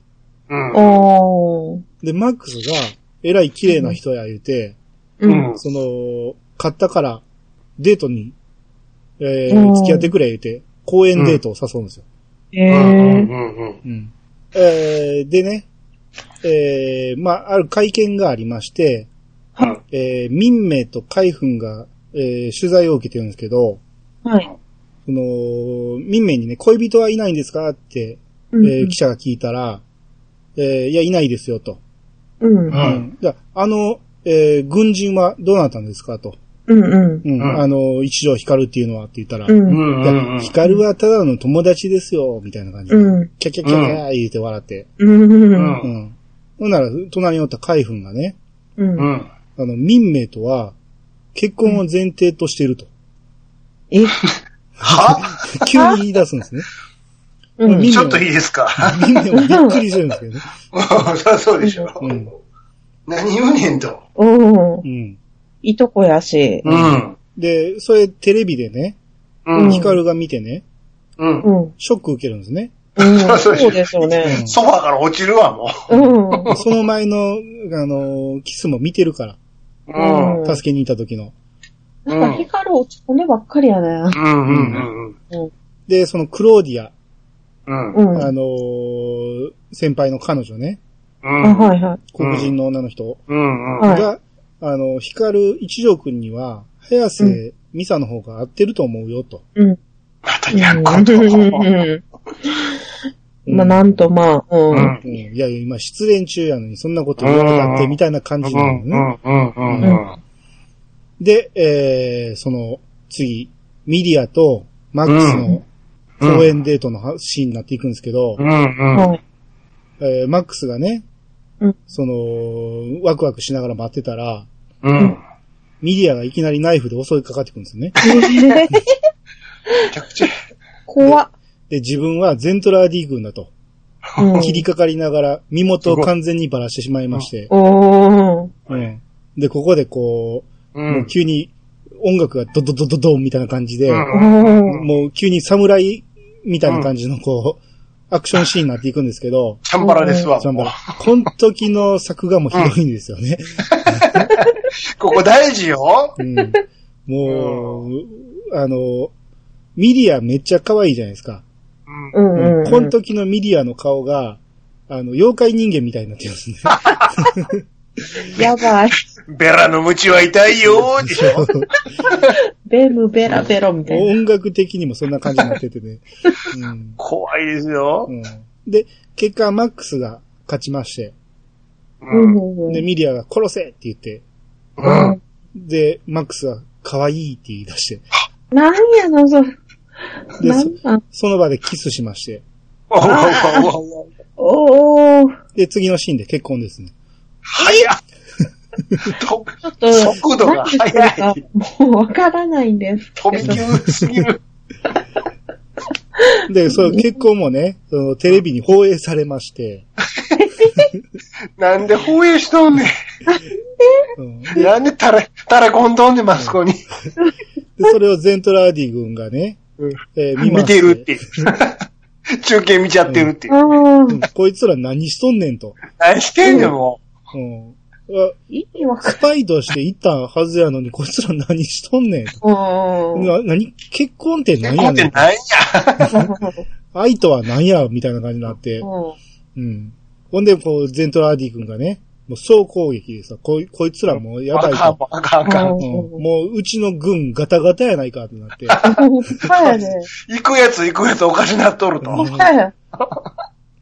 うん。
おー。
で、マックスが、えらい綺麗な人や言うて、
う。
うんん。
その、買ったから、デートに、え
うん
ー、付き合ってくれ言うて、公園デートを誘うんですよ。
へ
うん
え。
うんうん
うん。えー、でね、えー、まあ、ある会見がありまして、
うん。
えー、民名と海軍が、えー、取材を受けてるんですけど、
はい。
その、民名にね、恋人はいないんですかって、
う
え
ん
ー記者が聞いたら、えー、いや、いないですよ、と。
うん。うん
ん
じゃあ、あの、えー、軍人はどうなったんですかと。
うん。
うん。
うん
あの、一条光るっていうのはって言ったら、
う
い
ん。
うんう
や
んうん。
光はただの友達ですよ、みたいな感じで。
うん。
キャキャキャキャー言って笑って。
うん。う。
うん。
うんん。ほんなら、隣におった海軍がね、
うん
う。ん。
あの、民名とは、結婚を前提としていると。
え、
は
急に言い出すんですね。
うん。
み
ちょっといいですか
民名はびっくりしてるんですけどね。
そりゃそうでしょ。
うん。
何言うねんと。
うん。
うん。
いとこやし。
うん。
で、それテレビでね、
うん。
ヒカルが見てね、
うん
う。ん。
ショック受けるんですね。
うん。
そうでし
そ
ょ
うですよね。
ソファーから落ちるわ、も
うん。
その前の、あの、キスも見てるから。
う。う
う
ん。
ん
助けに行った時の。
う。なんか、ヒカル落ち込んでばっかりやね。
うんうんうん
で、そのクローディア、
うん。う。
うんん。
あ
あ、
のー先輩の彼女ね、
うん。
はいはい。
黒人の女の人
うんうん。
はい
が、あの、光る一条くんには、早瀬美沙の方が合ってると思うよと。
うん。
またやること。
うん。まあ、なんとまあ、
う
うん。
ん。
うんいやいや、今失恋中やのにそんなこと言われたってみたいな感
う
じなの
んう
ね。
んうんうん。
で、えー、その、次、ミリアとマックスの公演デートのはシーンになっていくんですけど、
うんうん。
はい。
えーマックスがね、
うん
その、ワクワクしながら待ってたら、
うん。
ミリアがいきなりナイフで襲いかかってくるんですよね。
めちゃくちゃ。
怖っ。
で、自分はゼントラーディ軍だと。
うん
切りかかりながら、身元を完全にばらしてしまいまして。
おー。
うんで、ここでこ
う。
う、もうん急に音楽がドドドドドンみたいな感じで、
うん
おー。
もう急に侍みたいな感じのこう、アクションシーンになっていくんですけど、
チャンバラですわ。
ジャンバ
も
ラ。この時の作画もひどいんですよね。
うここ大事よ。
うんもう、あの、ミリアめっちゃ可愛いじゃないですか。
うん
う。んうんうん。
この時のミリアの顔が、あの、妖怪人間みたいになってますね。
やばい。
ベラのムチは痛いよーでしょ。
ベムベラベロみたいな。
音楽的にもそんな感じになっててね。うん
怖いですよ
う。んで、結果マックスが勝ちまして、
う
うん。
うんんうん
で、ミリアが殺せって言って、
うん。
で、マックスは可愛いって言い出して、
なんやの、それ。
で
なんなん
その場でキスしまして、
おわわわわ
おー。
で、次のシーンで結婚ですね。
早っと
ちょっと、
速度が速い
なんて言ってるかもうわからないんですけど。
飛び級すぎる。
で、その結婚もね、そのテレビに放映されまして、
なんで放映しとんね
うんで
ん。なんでたら、たらこんどんねん、マスコに。
で、それをゼントラーディ軍がね、えー見ま
見
して
るって。 中継見ちゃってるって。
あ
うん
ー
こいつら何しとんねんと。
何してんねん、も
うんあ
意味わか
スパイとして行ったはずやのに、こいつら何しとんねんと。
んない。
な何結婚って
う。
何
こ
や
っ
ね
て
ん。
なんや。
愛とは何やみたいな感じになって。うん。ほんで、こう、ゼントラーディ君がね、もう総攻撃でさ、こいこいつらもうやば
あ
い
かん
と。、
あかん、あかん。
うんもう、うちの軍ガタガタやないかってなって。
そうやね。
行くやつ行くやつおかしなっとる
う
と
ん。
そうやね。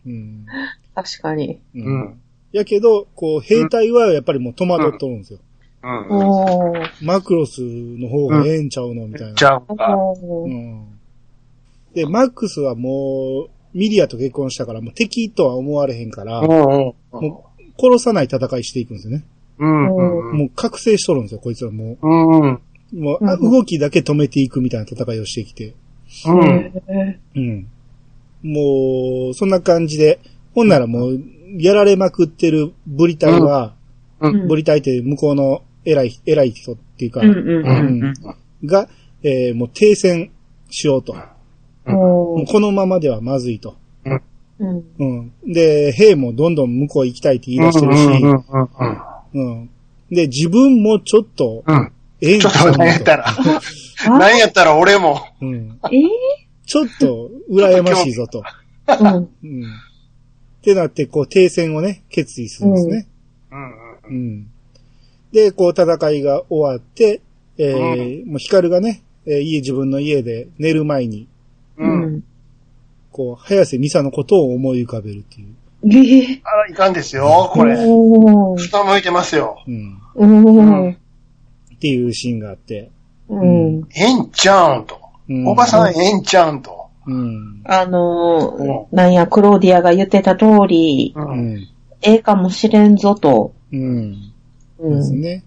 うん。
確かに。
う
うんん。
やけど、こう、兵隊はやっぱりもう戸惑っとるんですよ。
うん。
おー。
マクロスの方がええんちゃうのみたいな。
じゃあ、
お
う
ー
ん。で、マックスはもう、ミリアと結婚したから、もう敵とは思われへんから、
うん
もう、殺さない戦いしていくんですよね。
うん。うん。
もう覚醒しとるんですよ、こいつはも
うん。うん。
う。もう、あ
うん
動きだけ止めていくみたいな戦いをしてきて。
うん。
うん。もう、そんな感じで、ほんならもう、やられまくってるブリタイは、
うん
ブリタイって向こうの偉い、偉い人っていうか、
うんうんうんうん。
が、えーもう停戦しようと。も
お
う
ー
このままではまずいと。
うん
うん。で、兵もどんどん向こう行きたいって言い出してるし、
う。
うん
うんん。
で、自分もちょっと、
うん。
ええん
ちょっ
ちゃう
と
の
なんやったら、なんやったら俺も。
うん。
えー
ちょっと、羨ましいぞと。
うん
うん。ってなって、こう、停戦をね、決意するんですね。
うん。
うん。で、こう、戦いが終わって、えーもう、ヒカルがね、えー家、自分の家で寝る前に、
う。
うんん。
こう、早瀬美沙のことを思い浮かべるっていう。
えー
あら、いかんですよ、これ。
おー。
下向いてますよ。
うん。
おー。
っていうシーンがあって。
うん。
ええんちゃうんと。
うん、
おばさんええんちゃうんと。
うん。
あのー、なんや、クローディアが言ってた通り、
う。
うんん。
ええかもしれんぞと。
うん。
う
です
ん。
ね。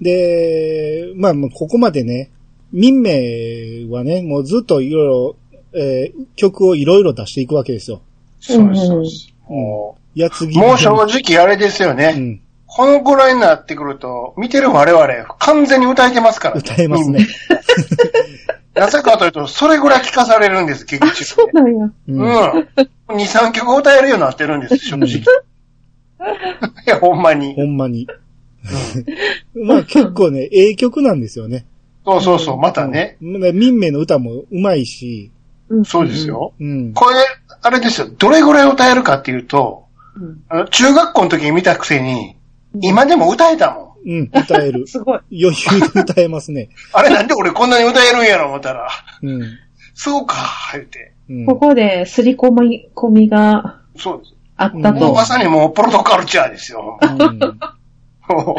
で、まあ、もうここまでね、民名はね、もうずっといろいろ、えー曲をいろいろ出していくわけですよ。
そうですそうです。
うん
も
やつぎ
うもう正直あれですよ
う
ね。
ん、
このぐらいになってくると、見てる我々、完全に歌えてますから。
歌えますね。
なぜかというと、それぐらい聞かされるんです、劇
あ、
中
そう
で。
なんや。
う
うんん。2、3曲歌えるようになってるんです、正直。いや、ほんまに。
ほんまに。 まあ結構ね、ええ曲なんですよね。
そうそうそう、またね。
うん。まあ民名の歌もうまいし、
うん
そうです。よ。
うん。
これ、あれですよ、どれぐらい歌えるかっていうと、
うん
あの中学校の時に見たくせに、今でも歌えたもん。
うん、歌える。
すごい。
余裕で歌えますね。
あれなんで俺こんなに歌えるんやろ思ったら、
うん。
そうか、言って。
うん
ここで、すり込み、込みが
そうです。
あった
もう
と
ま。さにもうポルトカルチャーです よ。
うん
も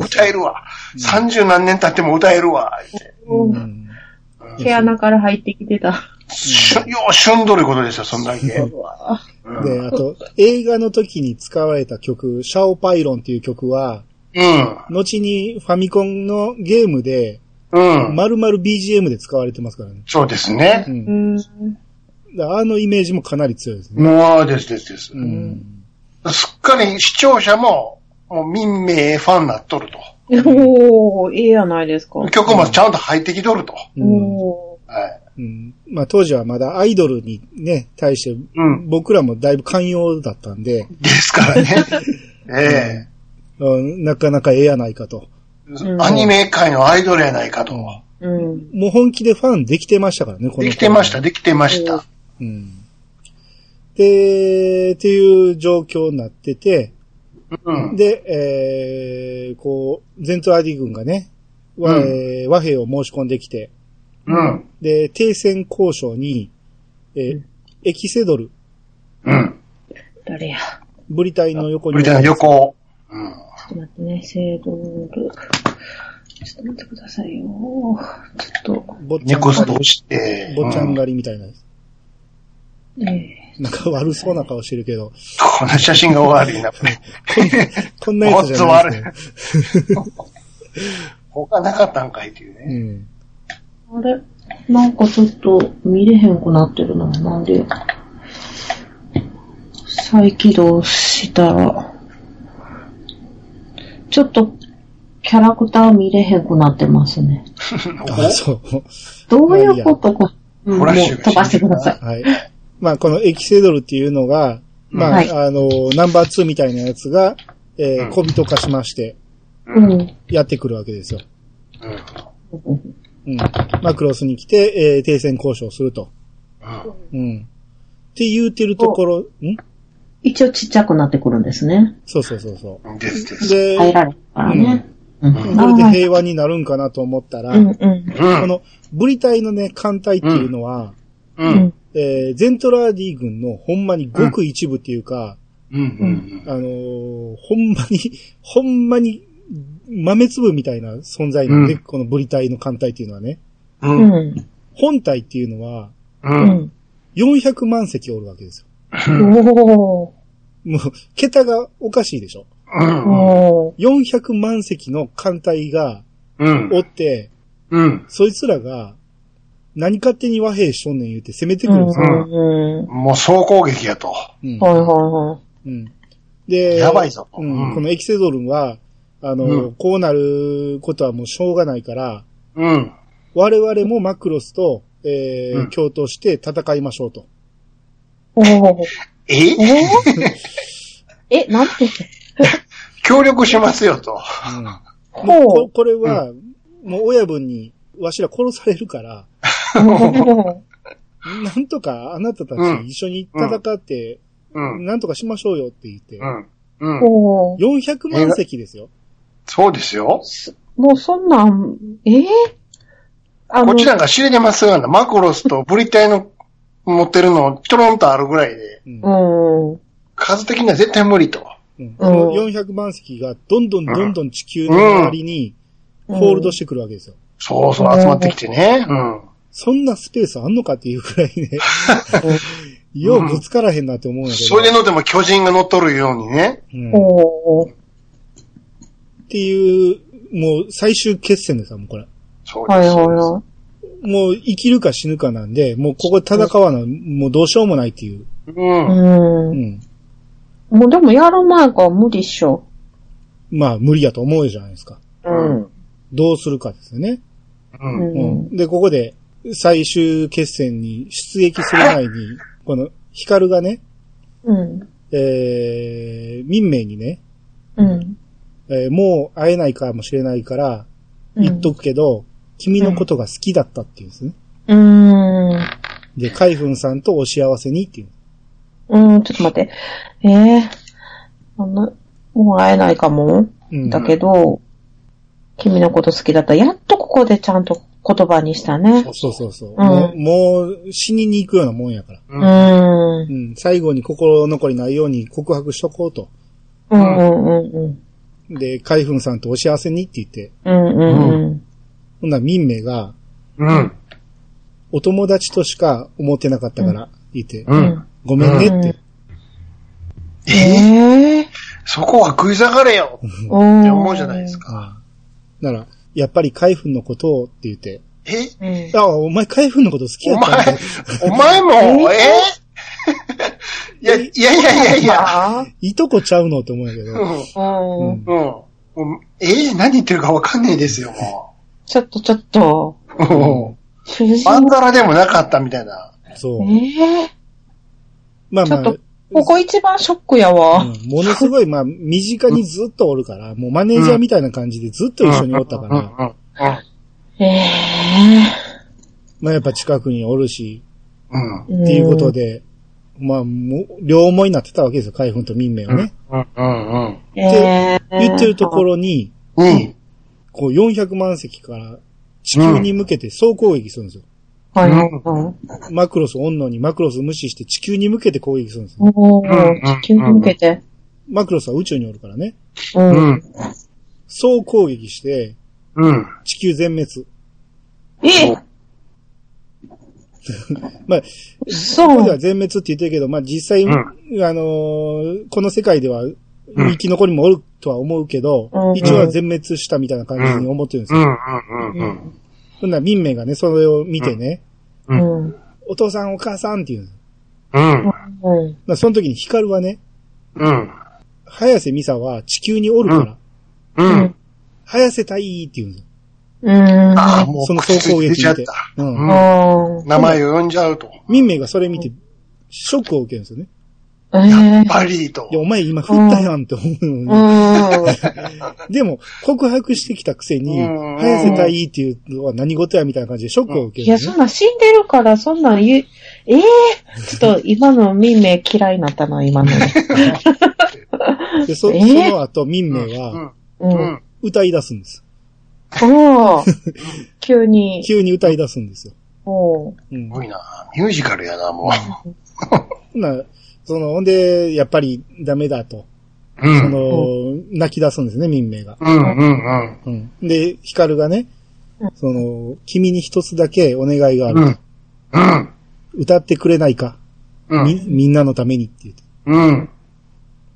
う歌えるわ。三十何年経っても歌えるわ。言って
うん
毛穴から入ってきてた。
しゅようしゅんどることですよ、そんだけ。うん
で、あと、映画の時に使われた曲、シャオパイロンっていう曲は、
うん。
後にファミコンのゲームで、
うん。
丸々 BGM で使われてますからね。
そうですね
う。。
うんん。
だからあのイメージもかなり強いですね。
もう、ですですです。
うん。
すっかり視聴者も、もう民名ファンになっとると。
おー、いいやないですか。
曲もちゃんと入ってきとると。
うん。
お
は
う
い。
ん。まあ当時はまだアイドルにね、対して
うん、
僕らもだいぶ寛容だったんで、
ですからね。 え
うんなかなかええやないかと。
えアニメ界のアイドルやないかと。
うん。
もう本気でファンできてましたからね、この
できてました、
ね。
できてました。
うん。で、っていう状況になってて、
うん。
で、えー、こう、ゼントアディ軍がね、和,、
うん
えー和平を申し込んできて、
うん。
で、停戦交渉に、えーエキセドル、
うん。
誰や。ち
ブリタインの横に
ブリタンの横。うん。
ょっと待ってね、セドル。ちょっと待ってくださいよ。ちょっと、
ぼっちゃん
猫ス
狩
ト
り
押して。
ぼっちゃん
う
狩りみたいな。
え
なんか悪そうな顔してるけど、
この写真が悪いな、 これ。
こんなやつじゃないですね。
他なかったんかいっていう
う
ね。
ん。
ー、あれなんかちょっと見れへんくなってるな。なんで。再起動したら、ちょっとキャラクター見れへんくなってますね。
あ、そう。
どういうことか。う
フ
んもう
ラッシュが
飛ばしてください。
はい。まあ、このエキセドルっていうのが、まあ、
はい
あの、ナンバー2みたいなやつが、え
う
ー、
ん
小人化しまして、
う
うん。
ん。
やってくるわけですよ。
うん。うん
うん。マクロスに来て、えー、停戦交渉すると。うん。って言うてるところ、ん
一応ちっちゃくなってくるんですね。
そうそうそうそ
うん。ですで
う。
す。
で、
入られるからね。うん。
こ
あ
れで平和になるんかなと思ったら、
うんうん。
う
こ
ん。
の、ブリ隊のね、艦隊っていうのは、
う。
うんん。
えー、ゼントラーディ軍のほんまにごく一部っていうか、
うん。うん。
あのーほんまに、ほんまに豆粒みたいな存在なんで、
うん
このブリ隊の艦隊っていうのはね。
う。
うんん。
本隊っていうのは、
う。
うんん。
400万隻おるわけですよ。
おー。
もう、桁がおかしいでしょ。
うん。
おー。
400万隻の艦隊が
うん。
おって、
うん。
そいつらが、何勝手に和平しとんねん言うて攻めて
う
くるん
ん
です
う
よ。
んうん。
もう総攻撃やと。
うん
はいはいは
うんで、
やばいぞ。
うん、このエキセドルンは、あの、
うん
こうなることはもうしょうがないから、
うん。
我々もマクロスと、えー
うん
共闘して戦いましょうと。
い。おー。
え
えーえ、なんて。
協力しますよと。
こ
ほう。
これは、もう親分に、わしら殺されるから、
お
なんとかあなたたち一緒に戦って、
うん。
なんとかしましょうよって言って
う、ん。うん。
ー。
400万席ですよ。
そうですよ。
もうそんなん、えーあ
こっちなんか知れてますがな。マクロスとブリタイの持ってるのちょろんとあるぐらいで、
うん
うん。
数的には絶対無理と。
うんこの400万席がどんどんどんどん地球の周りにホールドしてくるわけですよ。
そうそう、集まってきてね。うん。
そんなスペースあんのかっていうくらいね、ようぶつからへんなって思うんやけど。
それでのでも巨人が乗っとるようにね。
うんっ
おー。
ていう、もう最終決戦ですよ、もうこれ。
そう
はい
で
は
す。
いは
もう生きるか死ぬかなんで、もうここで戦わな、もうどうしようもないっていう。
う
い。
ん。
う
うん。
ん。
もうでもやる前から無理っしょ。
まあ無理やと思うじゃないですか。
うん。
どうするかですよね。
う。
うんん。
で、ここで最終決戦に出撃する 前に、このヒカルがね、
うん。
えー、民名にね、
うん。
えーもう会えないかもしれないから、
うん
言っとくけど、君のことが好きだったっていうんですね。
うーん。
で、カイフンさんとお幸せにっていう。
うん、ちょっと待って。ええあの、もう会えないかも。
うん。
だけど、君のこと好きだった。やっとここでちゃんと言葉にしたね。
そうそうそう。
ん
もうもう死にに行くようなもんやから。
うーん。
うん。最後に心残りないように告白しとこうと。
うんうんうん
で、カイフンさんとお幸せにって言って、
うん。うんうんうん。
ほんなら民名が、
うん。
お友達としか思ってなかったから、言って、
うん。
ごめんねって。
え
ええ
そこは食い下がれよっ
ー。うん
て思うじゃないです。か。
ああなら、やっぱりカイフンのことをって言って、
え
うん。
あ、お前カイフンのこと好きや
お
ったん
前
だ。、
お前も、えいや、いやいやいやいや。
いとこちゃうのって思うんやけ
う
ど。
ん。
う。
うんん
うん。えー、何言ってるかわかんないですよ、も
ちょっとちょっと。
う。
主人
バン
公。
ダラでもなかったみたいな。
そう。
ええ
まあまあ、
ちょっとここ一番ショックやわ。
うんものすごい、まあ、身近にずっとおるから、もうマネージャーみたいな感じでずっと一緒におったから、
ええ
まあやっぱ近くにおるし、
うん。うん。うん。
ー。
っていうことで、まあ、もう、両思いになってたわけですよ、海軍と民名をね。
うん。うん。
うん。ええ
言ってるところに、
うん。
こう400万隻から地球に向けて総攻撃するんですよ。
はいはい。
マクロス、オンノにマクロス無視して地球に向けて攻撃するんですよ。
もう
うん、
地球に向けて。
マクロスは宇宙におるからね。
う。
うんん。
総攻撃して、
うん。
地球全滅。
え
まあ、
そ
ここで
う
は。全滅って言ってるけど、まあ実際、
うん
あのーこの世界では生き残りもおるとは思うけど、
うん
一応は全滅したみたいな感じに思ってるんです
う
よ。
ん。うん。
ほんなら民名がね、それを見てね、
う。
うん
お父さんお母さんって言うんですだか
うん。
うん。
らその時にヒカルはね、
うん。
早瀬美沙は地球におるから、
うん。
早瀬たいって言うんですよ。
うん。
ああ、もう、
その
口
総
つ
攻撃
い出ちゃ
見。
ってた。
うん。
あ
名前を呼んじゃうと。
民名がそれ見て、ショックを受けるんですよね。
あ。
や
え
っぱりと
い。や、お前今振ったやんって思う
え
のに。
うん。
でも、告白してきたくせに、
うん
早瀬たいっていうのは何事やみたいな感じでショックを受けるん
い
で
や、
す
そ
ね
ん。なん死んでるから、そんなん言う、ええちょっと今の民名嫌いになったな、今の。
で、そ、そ
えー
の後、民名
う
は
ん。
う。
うんん。
歌い出すんです。
おー 急に。
急に歌い出すんですよ。
おー
うん。
す
ほ
ごいな。ミュージカルやな、も
んな、その、ほんで、やっぱりダメだと。
う。う
そ
ん。
の、泣き出すんですね、民名が。
うん。うん。
うん。で、ヒカルがね
うん、
その、君に一つだけお願いがあ
う
る。
ん。うん。
歌ってくれないか。
う
み
ん。、
みんなのためにって言って。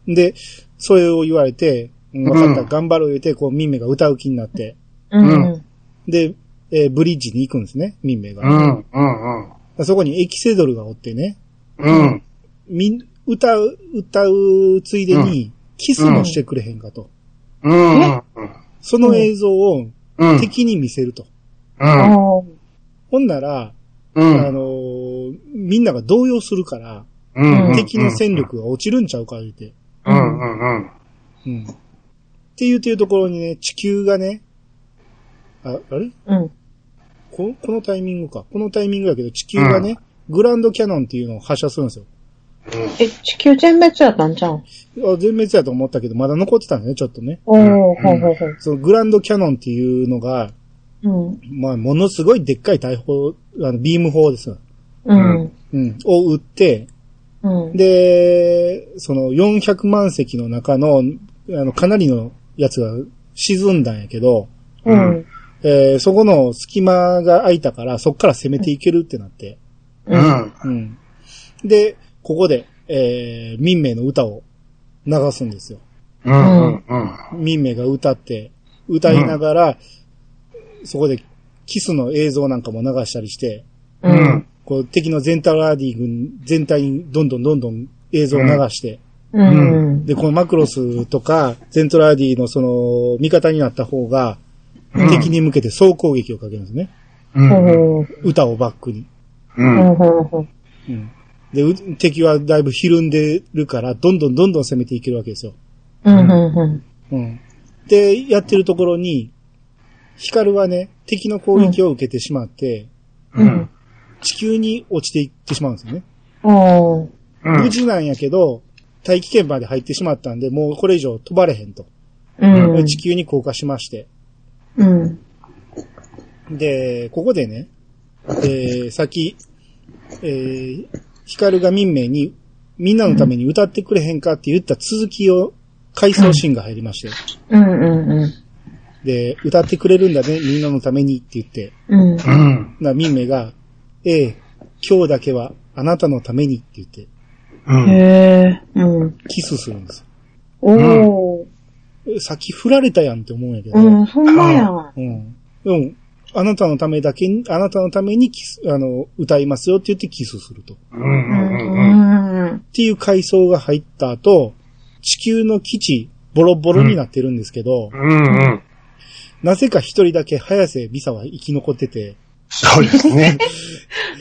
うん。
で、それを言われて、うん
うん
わかった、頑張ろう言うて、こう、民名が歌う気になって。
うん。
で、えーブリッジに行くんですね、民名
う
が。
ん。うん。
そこにエキセドルがおってね、
うん。
みん、歌う、歌うついでに、キスもしてくれへんかと。
うん。
その映像を
うん。
敵に見せると。
うん。
おー
ほんなら、
う
あ
ん。
のーみんなが動揺するから、
うん。
敵の戦。力が落ちるんちゃうか言うて。
うん。うん。うん。
うん。っていうていうところにね、地球がね、あ、あれ
うん。
ここのタイミングか。このタイミングだけど、地球がね、グランドキャノンっていうのを発射するんですよ。
え、地球全滅やったんじゃん。
あ全滅やと思ったけど、まだ残ってたんだね、ちょっとね。
おお、
うん
ほうほうほう。
そのグランドキャノンっていうのが、
うん。
まあ、ものすごいでっかい大砲、あの、ビーム砲ですよ。
うん。
うん。を撃って、
うん。
で、その400万隻の中の、あの、かなりのやつが沈んだんやけど、
うん。
えーそこの隙間が空いたから、そっから攻めていけるってなって。
う
うん。
ん。
うん。で、ここで、えー、民名の歌を流すんですよ。
うん。うん。
民名が歌って、歌いながら、そこでキスの映像なんかも流したりして、
う
うんん。。
こう敵の全タラーディ軍全体にどんどんどんどん映像を流して、
うん。
で、このマクロスとか、ゼントラーディのその、味方になった方が、敵に向けて総攻撃をかけるんですね。
うん。
ほう
歌をバックに。
ほうほうほう。
うんで、う敵はだいぶひるんでるから、どんどんどんどん攻めていけるわけですよ。
うん。うん。
うん。で、やってるところに、ヒカルはね、敵の攻撃を受けてしまって、
うん。
地球に落ちていってしまうんですよね。
おー
無事なんやけど、大気圏まで入ってしまったんで、もうこれ以上飛ばれへんと。
うん。
地球に降下しまして。
うん。
で、ここでね、えー、さっき、えー、ヒカルが民名に、みんなのために歌ってくれへんかって言った続きを、回想シーンが入りまして、
うん。うん。うん。
で、歌ってくれるんだね、みんなのためにって言って、
うん。
うん。
な、民名が、ええ今日だけはあなたのためにって言って、
うん。
へえ、うん。
キスするんですよ
おー。
え。さっき振られたやんって思うんやけど、
うん、ほんまやん。
うん。でも、あなたのためだけに、あなたのためにキス、あの、歌いますよって言ってキスすると。
う
うん。
ん。
っていう階層が入った後、地球の基地、ボロボロになってるんですけど、
うん。
なぜか一人だけ早瀬美沙は生き残ってて、
そうですね。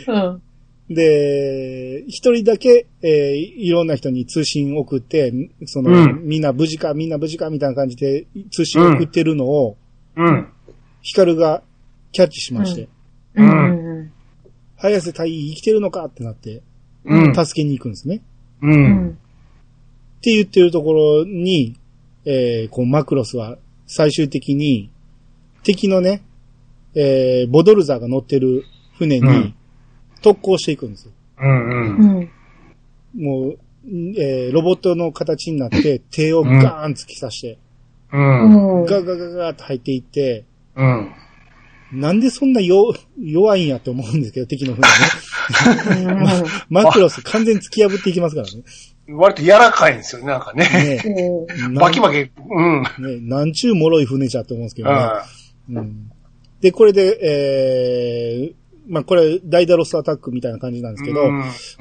うん。
で、一人だけ、えーいろんな人に通信送って、その、
うん
みんな無事か、みんな無事か、みたいな感じで通信送ってるのを、
うん。
ヒカルがキャッチしまして、
うん。
早瀬隊員生きてるのかってなって、
うん。
助けに行くんですね。
う。
うんん。
って言ってるところに、えーこう、マクロスは最終的に、敵のね、えーボドルザーが乗ってる船
う
に
ん
特攻していくんですよ。
うん。
う
うん。
ん。
もう、んえーロボットの形にな って、手をガーン突き刺して、
うん。
ガガガガガーって入っていって、
うん。
なんでそんな弱弱いんやって思うんですけど、敵の 船ね。マクロス完全に突き破っていきますからね。
割と柔らかいんですよね、なんかね。
ね え
バキバキ、うん。
ねえなんちゅう脆い船じゃって思うんですけどね。
あ
うんで、これで、えー、まあ、これ、ダイダロスアタックみたいな感じなんですけど、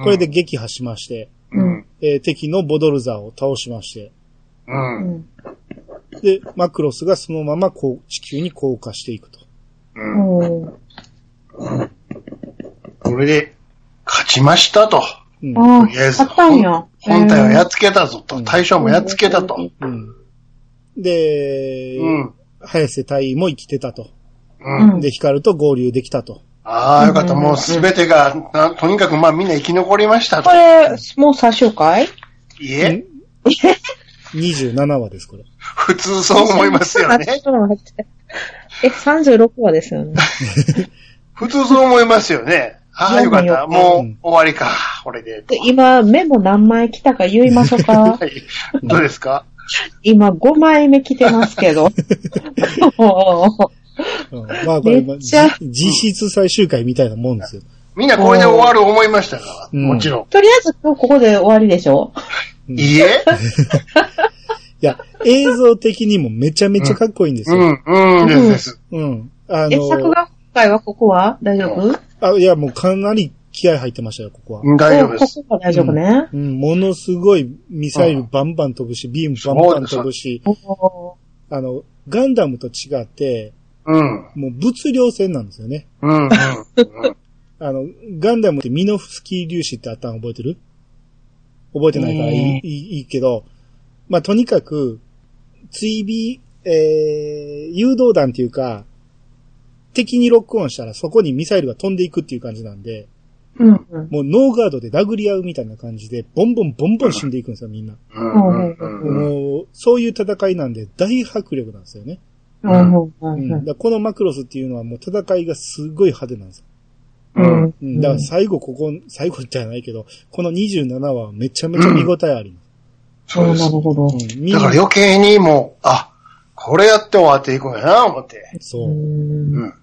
これで、撃破しまして、
うん。
えー敵のボドルザーを倒しまして、
うん。
で、マクロスがそのままこう地球に降下していくと。
うん。これで、勝ちましたと。
うん。
ああ、
とりあえず
買ったんや。
本体をや
っ
っつけたぞ
う
と。
ん
大将もやっつけたと。
うんで、
うん。
早瀬隊員も生きてたと。
う
うん
ん。
で、ヒカルと合流できたと。
ああ、よかった。もうすべてが、なとにかくまあみんな生き残りましたと
こ。れ、もう最終回
いえ、
27話です、これ。
普通そう思いますよ
ちょっ
ね。
と待ってえ、36話ですよね。
普通そう思いますよね。ああ、よかった。もう終わりか。これで。
で今、メモ何枚来たか言いましょうか
は。い。どうですか
今、5枚目来てますけ ど。も
うんまあ、これ、ま
め
あ
っちゃ
じ実質最終回みたいなもんですよ。
みんなこれで終わる思いましたか
うん
もちろ
うとりあえず今日ここで終わりでしょ
うん
ん。いいえ
いや、映像的にもめちゃめちゃかっこいいんです
う
よ。
ん、うん、ですです。
うん。あ
え、作
の、
画今回はここは大丈夫
あ、いや、もうかなり気合入ってましたよ、ここは。
大丈夫です。
ここは大丈夫ね。
うん、ものすごいミサイルバンバン飛ぶし、ビームバンバン飛ぶし、
お
あの、ガンダムと違って、
うん、
もう物量戦なんですよね。
うん、うん。
あの、ガンダムってミノフスキー粒子ってあったの覚えてる覚えてないからいい,、
ね
いいいいけど、まあ、とにかく、追尾、えー、誘導弾っていうか、敵にロックオンしたらそこにミサイルが飛んでいくっていう感じなんで、
うん。うん。
もうノーガードで殴り合うみたいな感じで、ボンボンボンボン死んでいくんですよ、みんな。
うん、うん、
もう、そういう戦いなんで大迫力なんですよね。
うん。う
うん
ん。
だからこのマクロスっていうのはもう戦いがすごい派手なんですよ。
うん。
う
うん、だから最後ここ、最後じゃないけど、この27話はめちゃめちゃ見応えありま
そうです
な。るほど。
す。うん、みん
だ
な
から余計にもう、あ、これやって終わっていくんやな、思って。
そうう。
ん
うん。